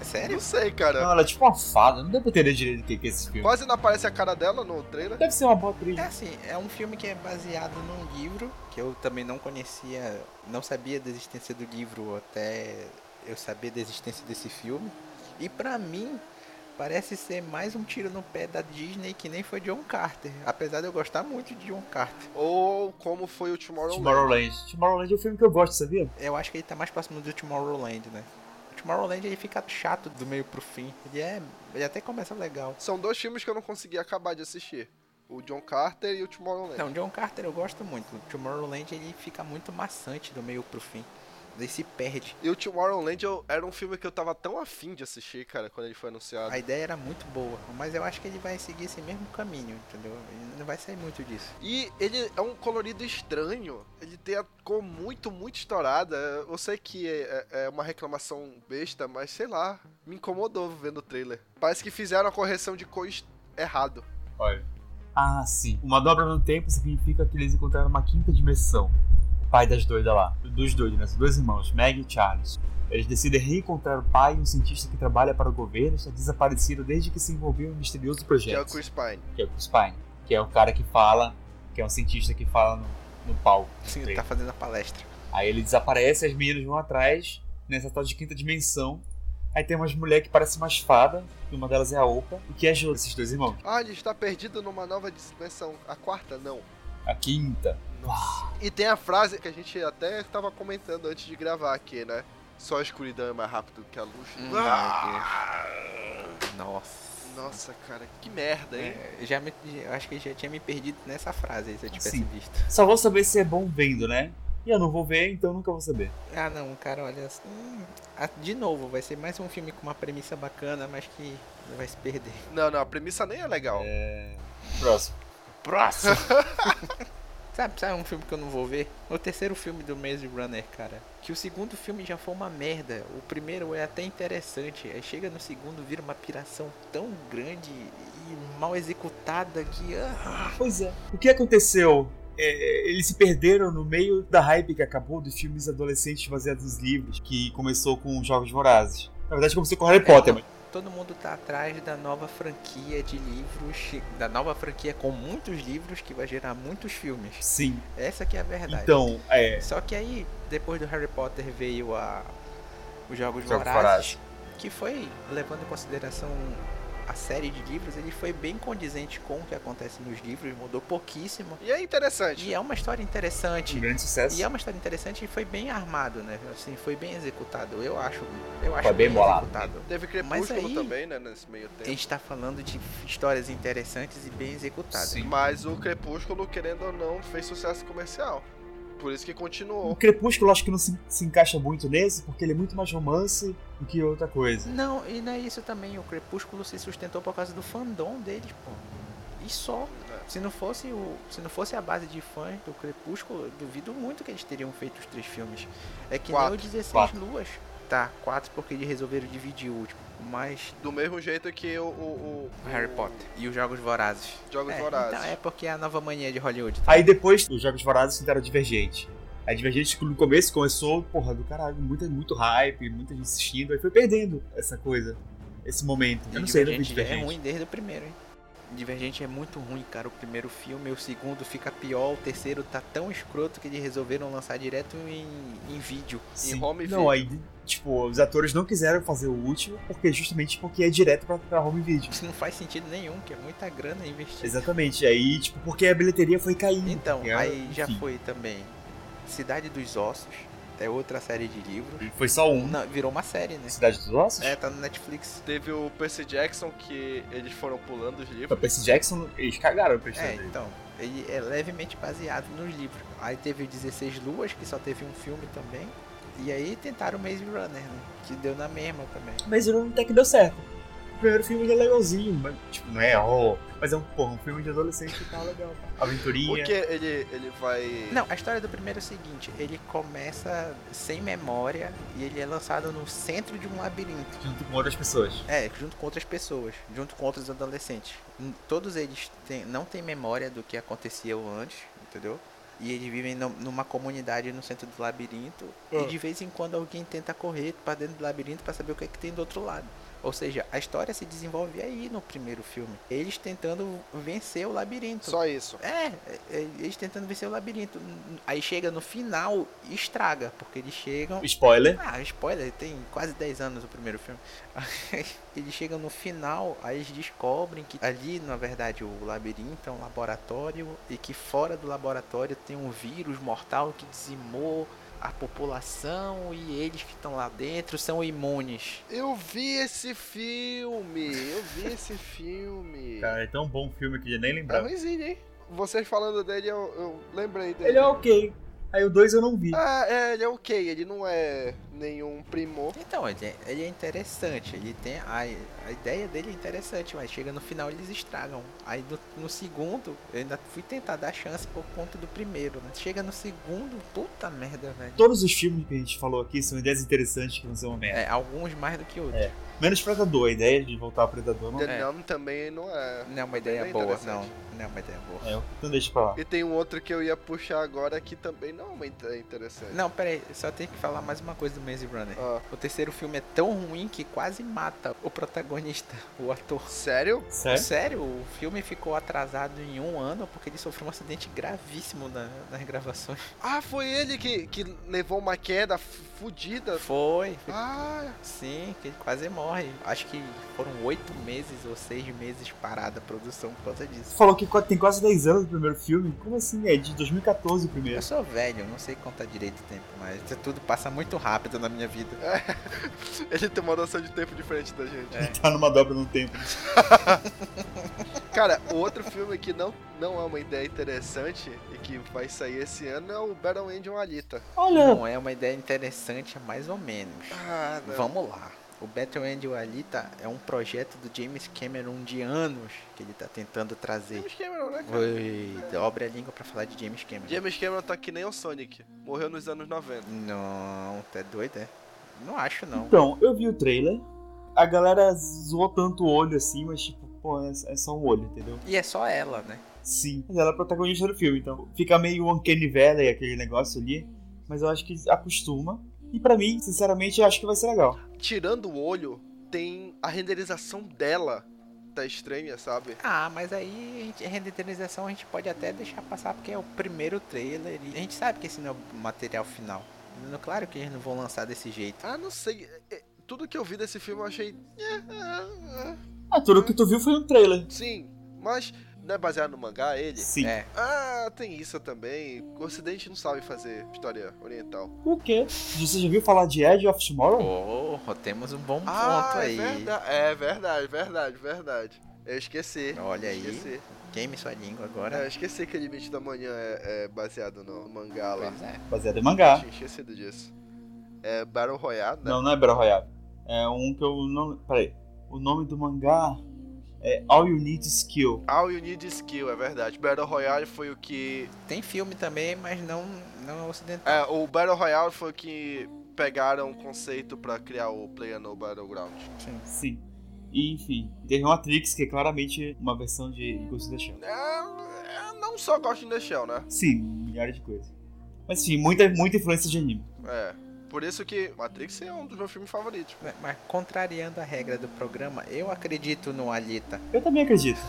É sério? Não sei, cara. Não, ela é tipo uma fada. Não deu pra entender direito o que que é esse filme. Quase não aparece a cara dela no trailer. Deve ser uma boa atriz. É assim, é um filme que é baseado num livro que eu também não conhecia, não sabia da existência do livro até eu saber da existência desse filme. E pra mim parece ser mais um tiro no pé da Disney que nem foi John Carter, apesar de eu gostar muito de John Carter. Ou como foi o Tomorrowland. Tomorrowland. Tomorrowland é um filme que eu gosto, sabia? Eu acho que ele tá mais próximo do Tomorrowland, né? O Tomorrowland ele fica chato do meio pro fim. Ele é, ele até começa legal. São dois filmes que eu não consegui acabar de assistir. O John Carter e o Tomorrowland. Não, John Carter eu gosto muito. O Tomorrowland ele fica muito maçante do meio pro fim. Ele se perde. E o Tomorrowland eu, era um filme que eu tava tão afim de assistir, cara, quando ele foi anunciado. A ideia era muito boa, mas eu acho que ele vai seguir esse mesmo caminho, entendeu? Ele não vai sair muito disso. E ele é um colorido estranho. Ele tem a cor muito, muito estourada. Eu sei que é, é- é uma reclamação besta, mas sei lá. Me incomodou vendo o trailer. Parece que fizeram a correção de cor est- errado. Olha. Ah, sim. Uma dobra no tempo significa que eles encontraram uma quinta dimensão. O pai das doidas lá. Dos doidos, né? Os dois irmãos, Meg e Charles. Eles decidem reencontrar o pai, um cientista que trabalha para o governo, está desaparecido desde que se envolveu em um misterioso Que é o projeto. Chris Pine. Que é o Chris Pine. Que é o cara que fala, que é um cientista que fala no, no palco. Sim, Sim. ele tá fazendo a palestra. Aí ele desaparece, as meninas vão atrás, nessa tal de quinta dimensão. Aí tem umas mulheres que parecem umas fadas, e uma delas é a Opa, e que ajuda esses dois irmãos. Ah, ele está perdido numa nova dimensão. A quarta, não. A quinta. E tem a frase que a gente até estava comentando antes de gravar aqui, né? Só a escuridão é mais rápido que a luz. Hum. Ah! Nossa. Nossa, cara, que merda, hein? É, eu já me- eu acho que eu já tinha me perdido nessa frase se eu tivesse Sim. visto. Só vou saber se é bom vendo, né? E eu não vou ver, então nunca vou saber. Ah não, cara, olha. hum, ah, de novo, vai ser mais um filme com uma premissa bacana, mas que vai se perder. Não, não, a premissa nem é legal. Próximo. Próximo! sabe, sabe um filme que eu não vou ver? O terceiro filme do Maze Runner, cara. Que o segundo filme já foi uma merda. O primeiro é até interessante. Aí chega no segundo, vira uma piração tão grande e mal executada que. ah, Pois é. O que aconteceu? É, eles se perderam no meio da hype que acabou dos filmes adolescentes baseados nos livros, que começou com os Jogos Vorazes. Na verdade, começou com Harry Potter, mas todo mundo tá atrás da nova franquia de livros. Da nova franquia com muitos livros que vai gerar muitos filmes. sim. Essa que é a verdade. Então, é. Só que aí, depois do Harry Potter veio a os Jogos Jogos Vorazes, Vorazes. que foi levando em consideração a série de livros, ele foi bem condizente com o que acontece nos livros, mudou pouquíssimo. E é interessante. E é uma história interessante. Um grande sucesso. E é uma história interessante e foi bem armado, né? Assim, foi bem executado. Eu acho, eu acho Foi bem bolado. executado. Teve Crepúsculo aí- também, né, nesse meio A tempo. gente tá falando de histórias interessantes e bem executadas. Sim. Mas o Crepúsculo, querendo ou não, fez sucesso comercial. Por isso que O continuou. Crepúsculo acho que não se, se encaixa muito nesse, porque ele é muito mais romance do que outra coisa. Não, e não é isso também. O Crepúsculo se sustentou por causa do fandom deles, pô. E só. né? Se não fosse o, se não fosse a base de fãs do Crepúsculo, eu duvido muito que eles teriam feito os três filmes. É que Quatro. nem o 16 Quatro. luas. Tá, quatro porque eles resolveram dividir o último. Mas Do mesmo jeito que o, o, o- o Harry o Potter e os Jogos Vorazes. Jogos é, Vorazes. Então é porque é a nova mania de Hollywood. Aí depois os Jogos Vorazes fizeram Divergente. A Divergente no começo começou, porra, do caralho, muito, muito hype, muita gente assistindo, aí foi perdendo essa coisa, esse momento. Eu não sei, eu não vi Divergente é Divergente. ruim desde o primeiro, hein? Divergente é muito ruim, cara. O primeiro filme, o segundo fica pior, o terceiro tá tão escroto que eles resolveram lançar direto em, em vídeo. Sim. Em home Não, video. aí, tipo, os atores não quiseram fazer o último, porque justamente porque é direto pra, pra home video. Isso não faz sentido nenhum, que é muita grana investida. Exatamente, aí, tipo, porque a bilheteria foi caindo. Então, porque, aí já enfim, foi também Cidade dos Ossos, é outra série de livros. Foi só um. Não, virou uma série, né? Cidade dos Ossos? É, tá no Netflix. Teve o Percy Jackson, que eles foram pulando os livros. Pra Percy Jackson, eles cagaram pra É, história dele. então, ele é levemente baseado nos livros. Aí teve o 16 Luas, que só teve um filme também. E aí tentaram o Maze Runner, né? Que deu na mesma também. Mas ele até que deu certo. O primeiro filme ele é legalzinho, mas, tipo, não é, ó. mas é um, porra, um filme de adolescente que tá legal. Tá? Aventurinha. Porque ele, ele vai. Não, a história do primeiro é o seguinte, ele começa sem memória e ele é lançado no centro de um labirinto. Junto com outras pessoas. É, junto com outras pessoas, junto com outros adolescentes. N- Todos eles têm- não têm memória do que aconteceu antes, entendeu? E eles vivem num- numa comunidade no centro do labirinto. E Ah. de vez em quando alguém tenta correr pra dentro do labirinto pra saber o que é que tem do outro lado. Ou seja, a história se desenvolve aí no primeiro filme. Eles tentando vencer o labirinto. Só isso. É, é, é, eles tentando vencer o labirinto. N- Aí chega no final e estraga, porque eles chegam. Spoiler. Ah, spoiler, tem quase 10 anos o primeiro filme. Aí eles chegam no final, aí eles descobrem que ali, na verdade, o labirinto é um laboratório e que fora do laboratório tem um vírus mortal que dizimou a população e eles que estão lá dentro são imunes. Eu vi esse filme. Eu vi esse filme. Cara, é tão bom filme que eu nem É lembrava. ruimzinho, hein? Vocês falando dele, eu, eu lembrei dele. Ele é ok. Aí o dois eu não vi. Ah, é, ele é ok, ele não é nenhum primor. Então, ele é, ele é interessante, ele tem a, a ideia dele é interessante, mas chega no final eles estragam. Aí no, no segundo, eu ainda fui tentar dar chance por conta do primeiro, né? Chega no segundo, puta merda, velho. Todos os filmes que a gente falou aqui são ideias interessantes que vão ser uma merda. É, alguns mais do que outros. É. Menos Predador, a ideia de voltar ao Predador não é. The Nun também não é. Não é uma ideia Bem boa, não. interessante. Não é uma ideia boa. Então deixa pra lá. E tem um outro que eu ia puxar agora que também não é uma ideia interessante. Não, pera aí, só tenho que falar mais uma coisa do Maze Runner. Ah, O terceiro filme é tão ruim que quase mata o protagonista, o ator. sério? Sério? Sério, o filme ficou atrasado em um ano porque ele sofreu um acidente gravíssimo na- nas gravações. Ah, foi ele que, que levou uma queda f- fudida. Foi, Ah, Sim, que ele quase morre. Acho que foram oito meses ou seis meses parada a produção por causa Você disso. falou que tem quase 10 anos o primeiro filme? Como assim? É de 2014 o Eu primeiro. sou velho, eu não sei contar direito o tempo, mas isso tudo passa muito rápido na minha vida. ele tem uma noção de tempo diferente da gente. É. Tá numa dobra no tempo. Cara, o outro filme que não, não é uma ideia interessante e que vai sair esse ano é o Battle Angel Alita. Olha! Não é uma ideia interessante, é mais ou menos. Ah, não. Vamos lá. O Battle Angel Alita é um projeto do James Cameron de anos que ele tá tentando trazer. James Cameron, né, cara? Oi, dobre a língua pra falar de James Cameron. James Cameron tá que nem o Sonic. Morreu nos anos 90. Não, tá doido, é? Não acho, não. Então, eu vi o trailer. A galera zoou tanto o olho assim, mas tipo, pô, é, é só um olho, entendeu? E é só ela, né? Sim. Mas ela é a protagonista do filme, então fica meio Uncanny Valley aquele negócio ali. Mas eu acho que acostuma. E pra mim, sinceramente, eu acho que vai ser legal. Tirando o olho, tem a renderização dela. Tá estranha, sabe? Ah, mas aí a gente- a renderização a gente pode até deixar passar porque é o primeiro trailer e a gente sabe que esse não é o material final. No- Claro que eles não vão lançar desse jeito. Ah, não sei. É, é, Tudo que eu vi desse filme eu achei. É, é, é. Ah, tudo que tu viu foi um trailer. Sim, mas não é baseado no mangá ele? Sim. É. Ah, tem isso também. O ocidente não sabe fazer história oriental. O quê? Você já viu falar de Edge of Tomorrow? Oh, temos um bom ponto ah, é aí. verdade, é verdade, verdade, verdade. Eu esqueci. Olha aí. esqueci. Queime sua É, língua agora. eu esqueci que Limite da Manhã é, é baseado no mangá lá. Pois é. Baseado em mangá. Tinha esquecido disso. É Battle Royale, né? Não, não é Battle Royale. É um que eu não. Peraí. O nome do mangá é All You Need Is Skill. All Ah, You Need Is Skill, é verdade. Battle Royale foi o que... Tem filme também, mas não, não é ocidental. É, o Battle Royale foi o que pegaram o conceito pra criar o Player No Battleground. Sim. E, enfim, teve Matrix, que é claramente uma versão de Ghost in the Shell. É, é, não só Ghost in the Shell, né? Sim, milhares de coisas. Mas enfim, muita, muita influência de anime. É. Por isso que Matrix é um dos meus filmes favoritos. Mas- Mas contrariando a regra do programa, eu acredito no Alita. Eu também acredito.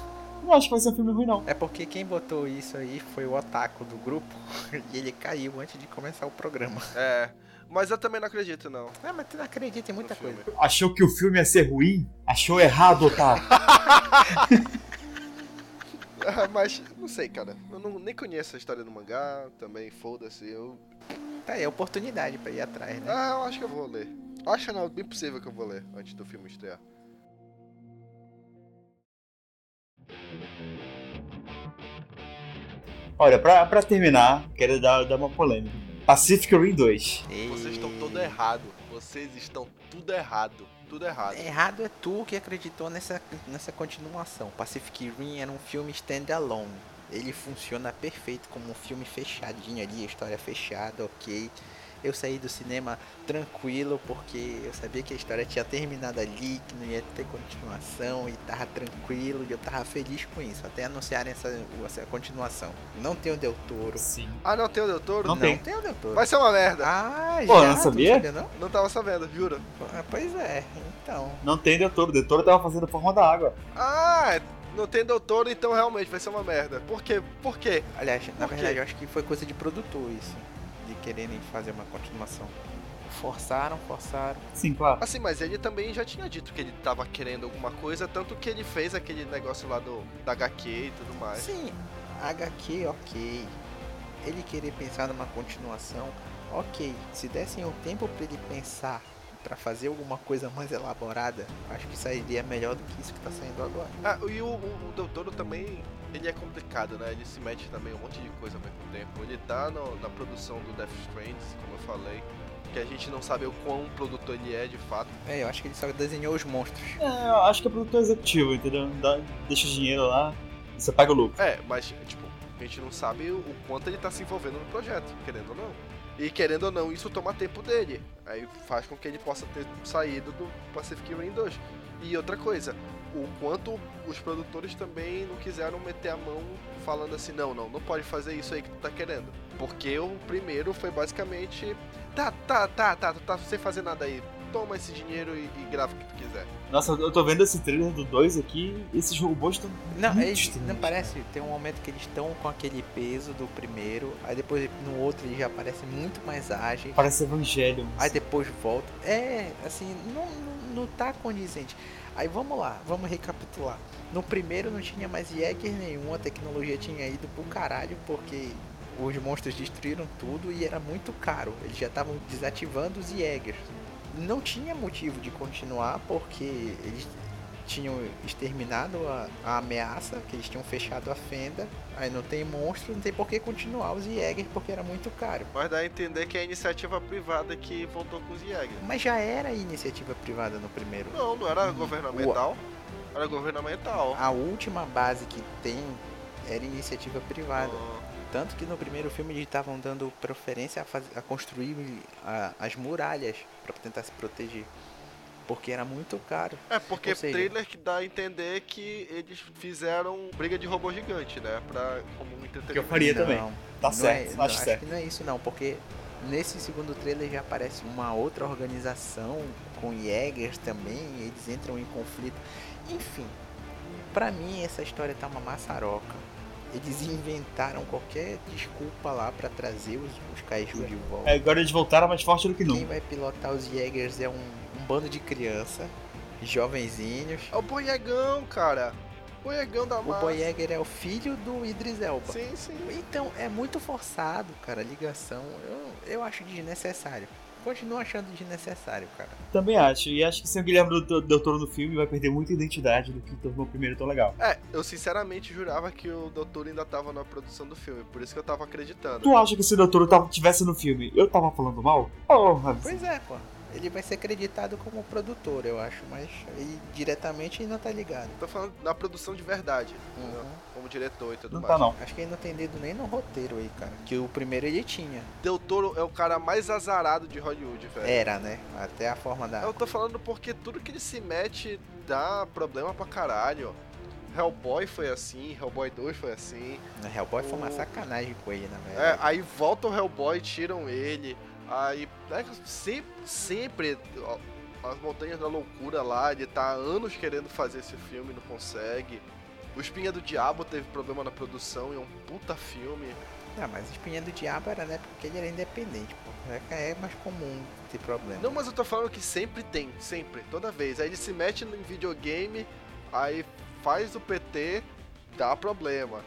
Não acho que vai ser um filme ruim, não. É porque quem botou isso aí foi o otaku do grupo e ele caiu antes de começar o programa. É. Mas eu também não acredito, não. Ah, mas tu não acredita em muita no coisa. filme. Achou que o filme ia ser ruim? Achou errado, Otávio. Ah, mas, não sei, cara. Eu não- nem conheço a história do mangá, também, foda-se. Eu... Tá aí, é oportunidade pra ir atrás, né? Ah, eu acho que eu vou ler. Acho não, bem possível que eu vou ler antes do filme estrear. Olha, pra, pra terminar, quero dar, dar uma polêmica. Pacific Rim 2. E- Vocês estão todo errado. Vocês estão tudo errado. Tudo errado. Errado é tu que acreditou nessa, nessa continuação. Pacific Rim era um filme standalone. Ele funciona perfeito como um filme fechadinho ali, história fechada, ok. Eu saí do cinema tranquilo porque eu sabia que a história tinha terminado ali, que não ia ter continuação e tava tranquilo e eu tava feliz com isso, até anunciarem essa, essa continuação. Não tem o Del Toro. Sim. Ah, não tem o Del Toro? Não tem. o Del Toro. Vai ser uma merda. Ah, Pô, já, não tu sabia? sabia não? Não tava sabendo, juro. Ah, Pois é, então. Não tem Detoro. Detoro tava fazendo forma da água. Ah, não tem Del Toro, então realmente vai ser uma merda. Por quê? Por quê? Aliás, na Por quê? verdade, eu acho que foi coisa de produtor isso. De quererem fazer uma continuação. Forçaram, forçaram. Sim, claro. Assim, mas ele também já tinha dito que ele tava querendo alguma coisa, tanto que ele fez aquele negócio lá do, da HQ e tudo mais. Sim, HQ, ok. Ele querer pensar numa continuação, ok. Se dessem o tempo pra ele pensar pra fazer alguma coisa mais elaborada, acho que sairia melhor do que isso que tá saindo agora. Ah, e o, o, o Del Toro também, ele é complicado, né? Ele se mete também em um monte de coisa ao mesmo tempo. Ele tá no- na produção do Death Strands, como eu falei, que a gente não sabe o quão produtor ele é de fato. É, eu acho que ele só desenhou os monstros. É, eu acho que é produtor executivo, entendeu? Dá- deixa o dinheiro lá e você paga o lucro. É, mas, tipo, a gente não sabe o o quanto ele tá se envolvendo no projeto, querendo ou não. E querendo ou não, isso toma tempo dele. Aí faz com que ele possa ter saído do Pacific Rim 2. E outra coisa, o quanto os produtores também não quiseram meter a mão falando assim, não, não, não pode fazer isso aí que tu tá querendo. Porque o primeiro foi basicamente, tá, tá, tá, tá, tu tá sem fazer nada aí. Toma esse dinheiro e, e grava o que tu quiser. Nossa, eu tô vendo esse trailer do 2 aqui e esses robôs estão. Não, Muito eles, estranho não isso, parece. Tem um momento que eles estão com aquele peso do primeiro, aí depois no outro ele já parece muito mais ágil. Parece Evangelho. Aí depois volta. É, assim, não, não, não tá condizente. Aí vamos lá, vamos recapitular. No primeiro não tinha mais Jäger nenhum, a tecnologia tinha ido pro caralho, porque os monstros destruíram tudo e era muito caro. Eles já estavam desativando os Jägers. Não tinha motivo de continuar, porque eles tinham exterminado a, a ameaça, que eles tinham fechado a fenda. Aí não tem monstro, não tem por que continuar os Jägers, porque era muito caro. Mas dá a entender que é a iniciativa privada que voltou com os Jäger. Mas já era iniciativa privada no primeiro. Não, não era governamental. Era governamental. A última base que tem era iniciativa privada. Ah, Tanto que no primeiro filme eles estavam dando preferência a, faz- a construir a- as muralhas pra tentar se proteger. Porque era muito caro. É, porque Ou seja- trailer que dá a entender que eles fizeram briga de robô gigante, né? Pra como um entretenimento. Que eu faria também. Não, Tá não certo, é- acho não, acho certo. que não é isso não, porque nesse segundo trailer já aparece uma outra organização com Jägers também, eles entram em conflito. Enfim, pra mim essa história tá uma maçaroca. Eles inventaram qualquer desculpa lá pra trazer os, os Kaiju de volta. É, agora eles voltaram mais forte do que Quem nunca. vai pilotar os Jägers é um, um bando de criança. jovenzinhos. É o Boiegão, cara. Boiegão da O massa. Boyegger é o filho do Idris Elba. Sim, sim. Então, é muito forçado, cara, a ligação. Eu, eu acho desnecessário. Continuo achando desnecessário, cara. Também acho. E acho que sem o Guilherme do Del Toro no filme vai perder muita identidade do que tornou o primeiro tão legal. É, eu sinceramente jurava que o doutor ainda tava na produção do filme, por isso que eu tava acreditando. Tu acha que se o Del Toro tava- tivesse no filme, eu tava falando mal? Porra, Pois é, pô. Ele vai ser acreditado como produtor, eu acho, mas ele diretamente ele não tá ligado. Tô falando na produção de verdade, entendeu? Uhum. como diretor e tudo não mais. tá não. Acho que ele não tem dedo nem no roteiro aí, cara. Que o primeiro ele tinha. Del Toro é o cara mais azarado de Hollywood, velho. Era, né? Até a forma da. Eu tô falando porque tudo que ele se mete dá problema pra caralho. Hellboy foi assim, Hellboy 2 foi assim. Na Hellboy foi uma O- sacanagem com ele, na É, verdade. aí volta o Hellboy, tiram ele. Aí né, sempre, sempre ó, as montanhas da loucura lá, ele tá há anos querendo fazer esse filme, não consegue. O Espinha do Diabo teve problema na produção e é um puta filme. Ah, mas Espinha do Diabo era, né? Porque ele era independente, pô. É que É mais comum ter problema. Não, mas eu tô falando que sempre tem, sempre, toda vez. Aí ele se mete no videogame, aí faz o PT, dá problema.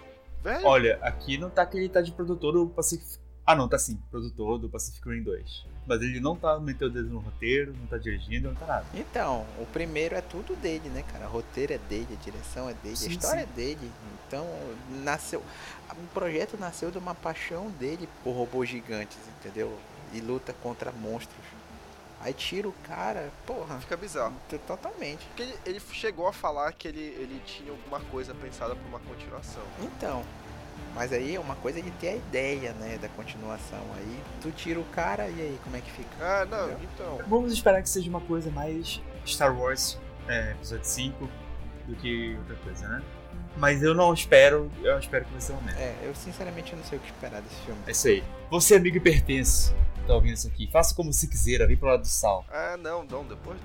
Velho, Olha, aqui não tá que ele tá de produtor do Pacific. Ah, não, tá sim. Produtor do Pacific Rim 2. Mas ele não tá metendo o dedo no roteiro, não tá dirigindo, não tá nada. Então, o primeiro é tudo dele, né, cara? O roteiro é dele, a direção é dele, Sim, a história é dele. Então, nasceu. O projeto nasceu de uma paixão dele por robôs gigantes, entendeu? E luta contra monstros. Aí tira o cara, porra, fica bizarro. t- totalmente. Porque ele, ele chegou a falar que ele, ele tinha alguma coisa pensada pra uma continuação. Então, mas aí é uma coisa de ter a ideia, né, da continuação. Aí tu tira o cara e aí como é que fica? Ah, não, então. Vamos esperar que seja uma coisa mais Star Wars é, Episódio 5 do que outra coisa, né? Mas eu não espero, eu espero que vai ser uma merda. É, eu sinceramente não sei o que esperar desse filme. É isso aí. Você, amigo e pertence, que tá ouvindo isso aqui, faça como se quiser, vem pro lado do sal. Ah, não, não, depois.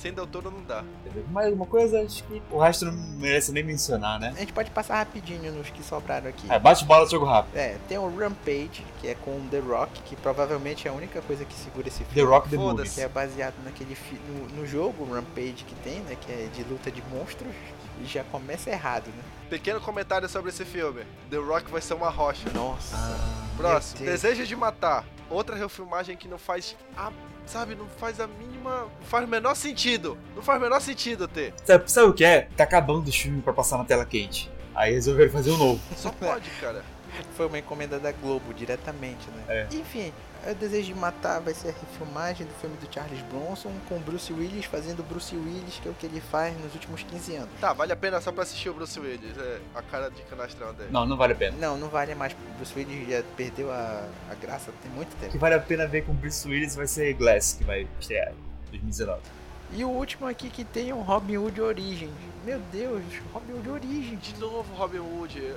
Sem Del Toro não dá. Entendeu? Mais alguma coisa, acho que o resto não merece nem mencionar, né? A gente pode passar rapidinho nos que sobraram aqui. É, bate bola, jogo rápido. É, tem o Rampage, que é com o The Rock, que provavelmente é a única coisa que segura esse filme. The Rock The Foda-se. Movies. Que é baseado naquele fi- no, no jogo Rampage que tem, né? Que é de luta de monstros. E já começa errado, né? Pequeno comentário sobre esse filme: The Rock vai ser uma rocha. Nossa. Próximo: Meu Deus. Desejo de Matar. Outra refilmagem que não faz. A, sabe, não faz a mínima. Não faz o menor sentido. Não faz o menor sentido ter. Sabe, sabe o que é? Tá acabando o filme pra passar na tela quente. Aí resolveram fazer um novo. Só pode, cara. Foi uma encomenda da Globo diretamente, né? É. Enfim, o Desejo de Matar vai ser a refilmagem do filme do Charles Bronson com Bruce Willis fazendo Bruce Willis, que é o que ele faz nos últimos 15 anos. Tá, vale a pena só pra assistir o Bruce Willis. É a cara de canastrão dele. Não, não vale a pena. Não, não vale mais. Bruce Willis já perdeu a, a graça tem muito tempo. O que vale a pena ver com o Bruce Willis vai ser Glass, que vai estrear em 2019. E o último aqui que tem é um Robin Hood Origins. Meu Deus, Robin Hood Origins. De novo, Robin Hood.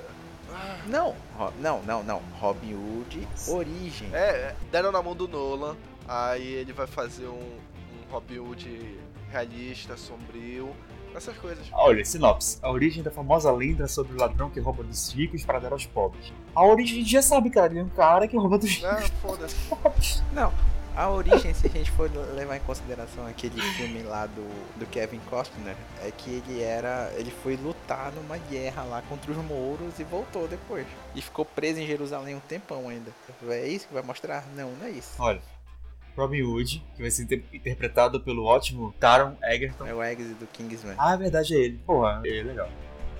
Ah. Não, Ro- não, não, não. Robin Hood Origem. É, é, deram na mão do Nolan, aí ele vai fazer um, um Robin Hood realista, sombrio, essas coisas. Olha, sinopse. A origem da famosa lenda sobre o ladrão que rouba dos ricos para dar aos pobres. A origem a gente já sabe, cara. Ele é um cara que rouba dos Ah, foda-se. pobres. Não, a Origem, se a gente for levar em consideração aquele filme lá do, do Kevin Costner, é que ele era, ele foi lutar numa guerra lá contra os mouros e voltou depois. E ficou preso em Jerusalém um tempão ainda. É isso que vai mostrar? Não, não é isso. Olha, Robin Hood, que vai ser inter- interpretado pelo ótimo Taron Egerton. É o exit do Kingsman. Ah, a verdade é ele. Porra, ele é legal.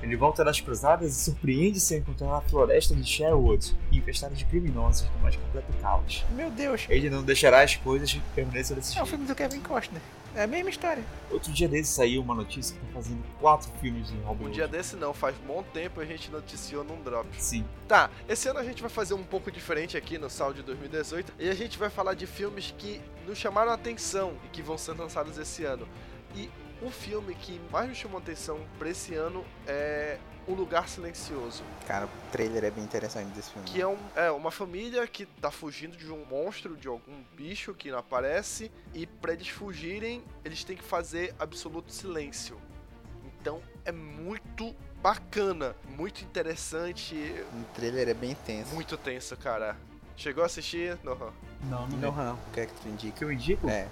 Ele volta das cruzadas e surpreende-se ao encontrar a floresta de Sherwood, infestada de criminosos do mais completo caos. Meu Deus, Ele não deixará as coisas que permaneçam desse é o jeito. filme do Kevin Costner. É a mesma história. Outro dia desse saiu uma notícia que tá fazendo quatro filmes de Robin Um Hood. dia desse não, faz bom tempo a gente noticiou num drop. Sim. Tá, esse ano a gente vai fazer um pouco diferente aqui no Sal de 2018 e a gente vai falar de filmes que nos chamaram a atenção e que vão ser lançados esse ano. E o filme que mais me chamou a atenção pra esse ano é O Lugar Silencioso. Cara, o trailer é bem interessante desse filme. que é, um- é, uma família que tá fugindo de um monstro, de algum bicho que não aparece, e pra eles fugirem, eles têm que fazer absoluto silêncio. Então é muito bacana, muito interessante, O trailer é bem intenso. muito tenso, cara. Chegou a assistir? Não. Não, Não, não, o que é que tu indica? Que Então, eu indico? É,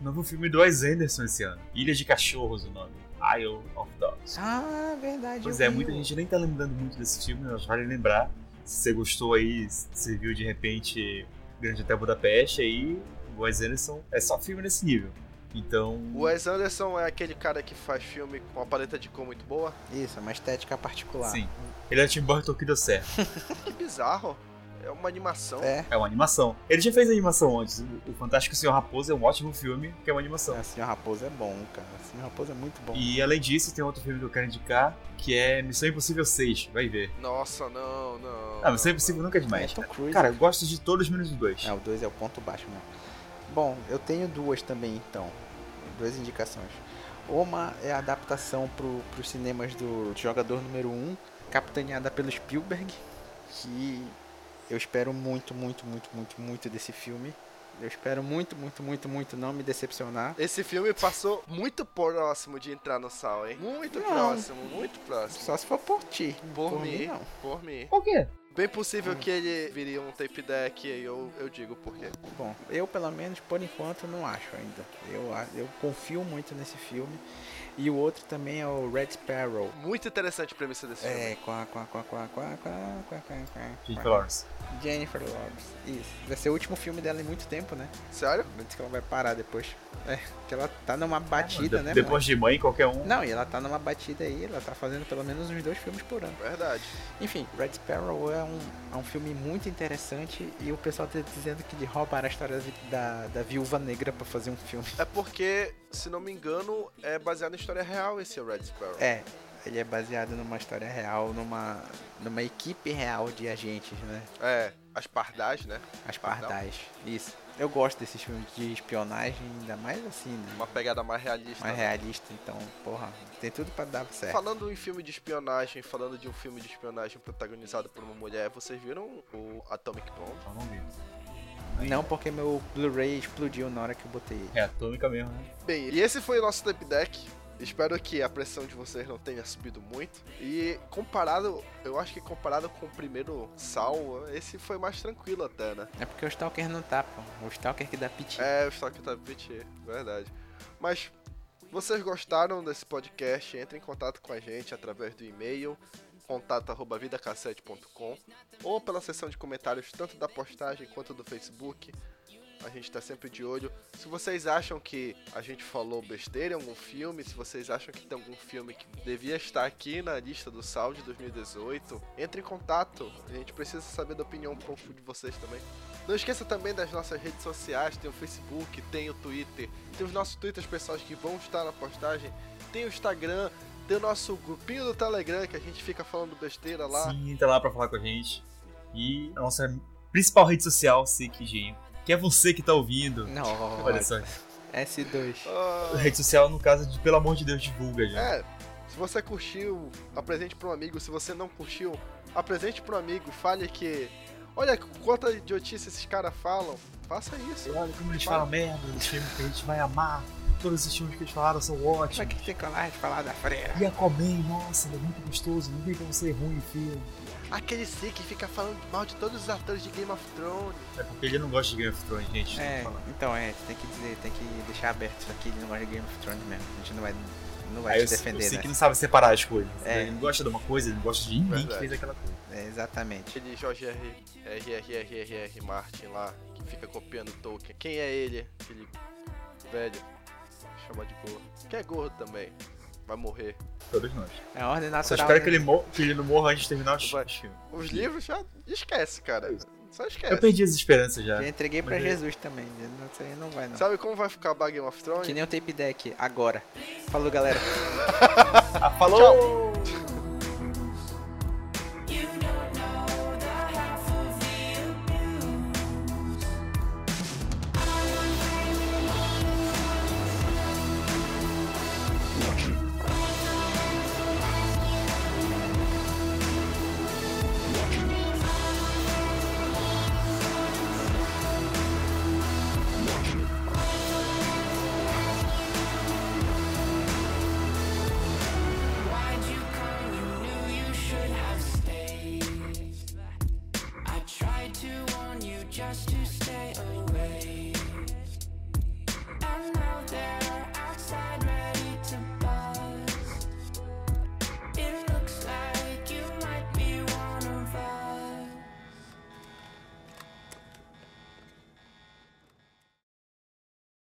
Novo filme do Wes Anderson esse ano. Ilha de Cachorros, o nome. Isle of Dogs. Ah, verdade. Pois eu é, vi muita o- gente nem tá lembrando muito desse filme, mas vale lembrar. Se você gostou aí, se viu de repente Grande Hotel Budapeste, aí o Wes Anderson é só filme nesse nível. Então, O Wes Anderson é aquele cara que faz filme com uma paleta de cor muito boa. Isso, é uma estética particular. sim. Ele é o Tim Burton que deu certo. Que bizarro. É uma animação. É. É uma animação. Ele já fez animação antes. O- O Fantástico Senhor Raposo é um ótimo filme, que é uma animação. O Senhor Raposo é bom, cara. O Senhor Raposo é muito bom. E além disso, tem outro filme que eu quero indicar, que é Missão Impossível 6. Vai ver. Nossa, não, não. Ah, Missão Impossível nunca é demais. é Tom Cruise. Cara, eu gosto de todos menos do dois. É, o 2 é o ponto baixo mesmo. Bom, eu tenho duas também, então. Duas indicações. Uma é a adaptação para os cinemas do jogador número 1, um, capitaneada pelo Spielberg, que eu espero muito, muito, muito, muito, muito desse filme. Eu espero muito, muito, muito, muito não me decepcionar. Esse filme passou muito próximo de entrar no sal, hein? Muito Não. próximo, muito próximo. Só se for por ti. Por, por mim, mim, não. Hum. por mim. Por quê? Bem possível que ele viria um tape deck e eu, eu digo por quê. Bom, eu pelo menos por enquanto não acho ainda. Eu, a- eu confio muito nesse filme. E o outro também é o Red Sparrow. Muito interessante a premissa desse filme. É, quá, quá, quá, quá, quá, quá, quá, quá, quá. Jennifer Lawrence. Jennifer Lawrence. Isso. Vai ser o último filme dela em muito tempo, né? Sério? Antes que ela vai parar depois. É, que ela tá numa batida, De- né? Depois de mãe, qualquer um. mano? Não, e ela tá numa batida aí, ela tá fazendo pelo menos uns dois filmes por ano. Verdade. Enfim, Red Sparrow é um, é um filme muito interessante e o pessoal tá dizendo que de roubaram a história vi- da, da viúva negra pra fazer um filme. É porque, se não me engano, é baseado na história real esse Red Sparrow. É, ele é baseado numa história real, numa, numa equipe real de agentes, né? É, as pardais, né? As Pardal. pardais. Isso. Eu gosto desses filmes de espionagem, ainda mais assim, né? Uma pegada mais realista. Mais é. né? realista, então, porra, tem tudo pra dar certo. Falando em filme de espionagem, falando de um filme de espionagem protagonizado por uma mulher, vocês viram o Atomic Bomb? Eu não vi. Não porque meu Blu-ray explodiu na hora que eu botei ele. É atômica mesmo, né? Bem, e esse foi o nosso tape deck. Espero que a pressão de vocês não tenha subido muito. E comparado, eu acho que comparado com o primeiro Sal, esse foi mais tranquilo até, né? É porque o Stalker não tá, pô. O Stalker que dá piti. É, o estoque tá PT, verdade. Mas vocês gostaram desse podcast? Entre em contato com a gente através do e-mail contato@vidacassete.com ou pela seção de comentários tanto da postagem quanto do Facebook. A gente tá sempre de olho. Se vocês acham que a gente falou besteira em algum filme, se vocês acham que tem algum filme que devia estar aqui na lista do Sal de 2018, entre em contato. A gente precisa saber da opinião um pouco de vocês também. Não esqueça também das nossas redes sociais, tem o Facebook, tem o Twitter, tem os nossos Twitters pessoais que vão estar na postagem, tem o Instagram, tem o nosso grupinho do Telegram que a gente fica falando Tá besteira lá. Sim, entra lá pra falar com a gente. E a nossa principal rede social, SicGenio, que é você que tá ouvindo. Não, Olha só. S2. Ah, Rede social, no caso, de pelo amor de Deus, divulga já. é, se você curtiu, apresente para um amigo, se você não curtiu, apresente para um amigo, fale que olha quanta idiotice esses caras falam, faça isso. Olha como eles falam merda, os filmes que a gente vai amar. Todos os filmes que eles falaram são ótimos. Pra é que tem coragem de falar da freira? E a Comem, nossa, ele é muito gostoso, não tem como ser ruim o filme. Aquele C que fica falando mal de todos os atores de Game of Thrones. É porque ele não gosta de Game of Thrones, gente. É, tem que falar. então é, tem que dizer, tem que deixar aberto isso aqui, ele não gosta de Game of Thrones mesmo. A gente não vai, não vai Aí te Ah, eu, eu defender, sei né? que não sabe separar as coisas. É. Ele não gosta de uma coisa, ele não gosta de ninguém que Verdade. fez aquela coisa. É, exatamente. Aquele Jorge R. R. R. R. R. R. Martin lá, que fica copiando Tolkien. Quem é ele? Aquele velho. Chama de gordo. Que é gordo também. Vai morrer. Todos nós. É a ordem Só natural. espero que né? ele, mor- que ele não morra antes de terminar os Vai. os filmes. Os livros já esquece, cara. Só Eu esquece. perdi as esperanças já. Já entreguei pra Mas é- Jesus também, né? não- isso aí não vai não. Sabe como vai ficar a Game of Thrones? Que nem o tape deck, agora. Falou, galera. Ah, falou! Why'd you come? You knew you should have stayed. I tried to warn you just to stay away.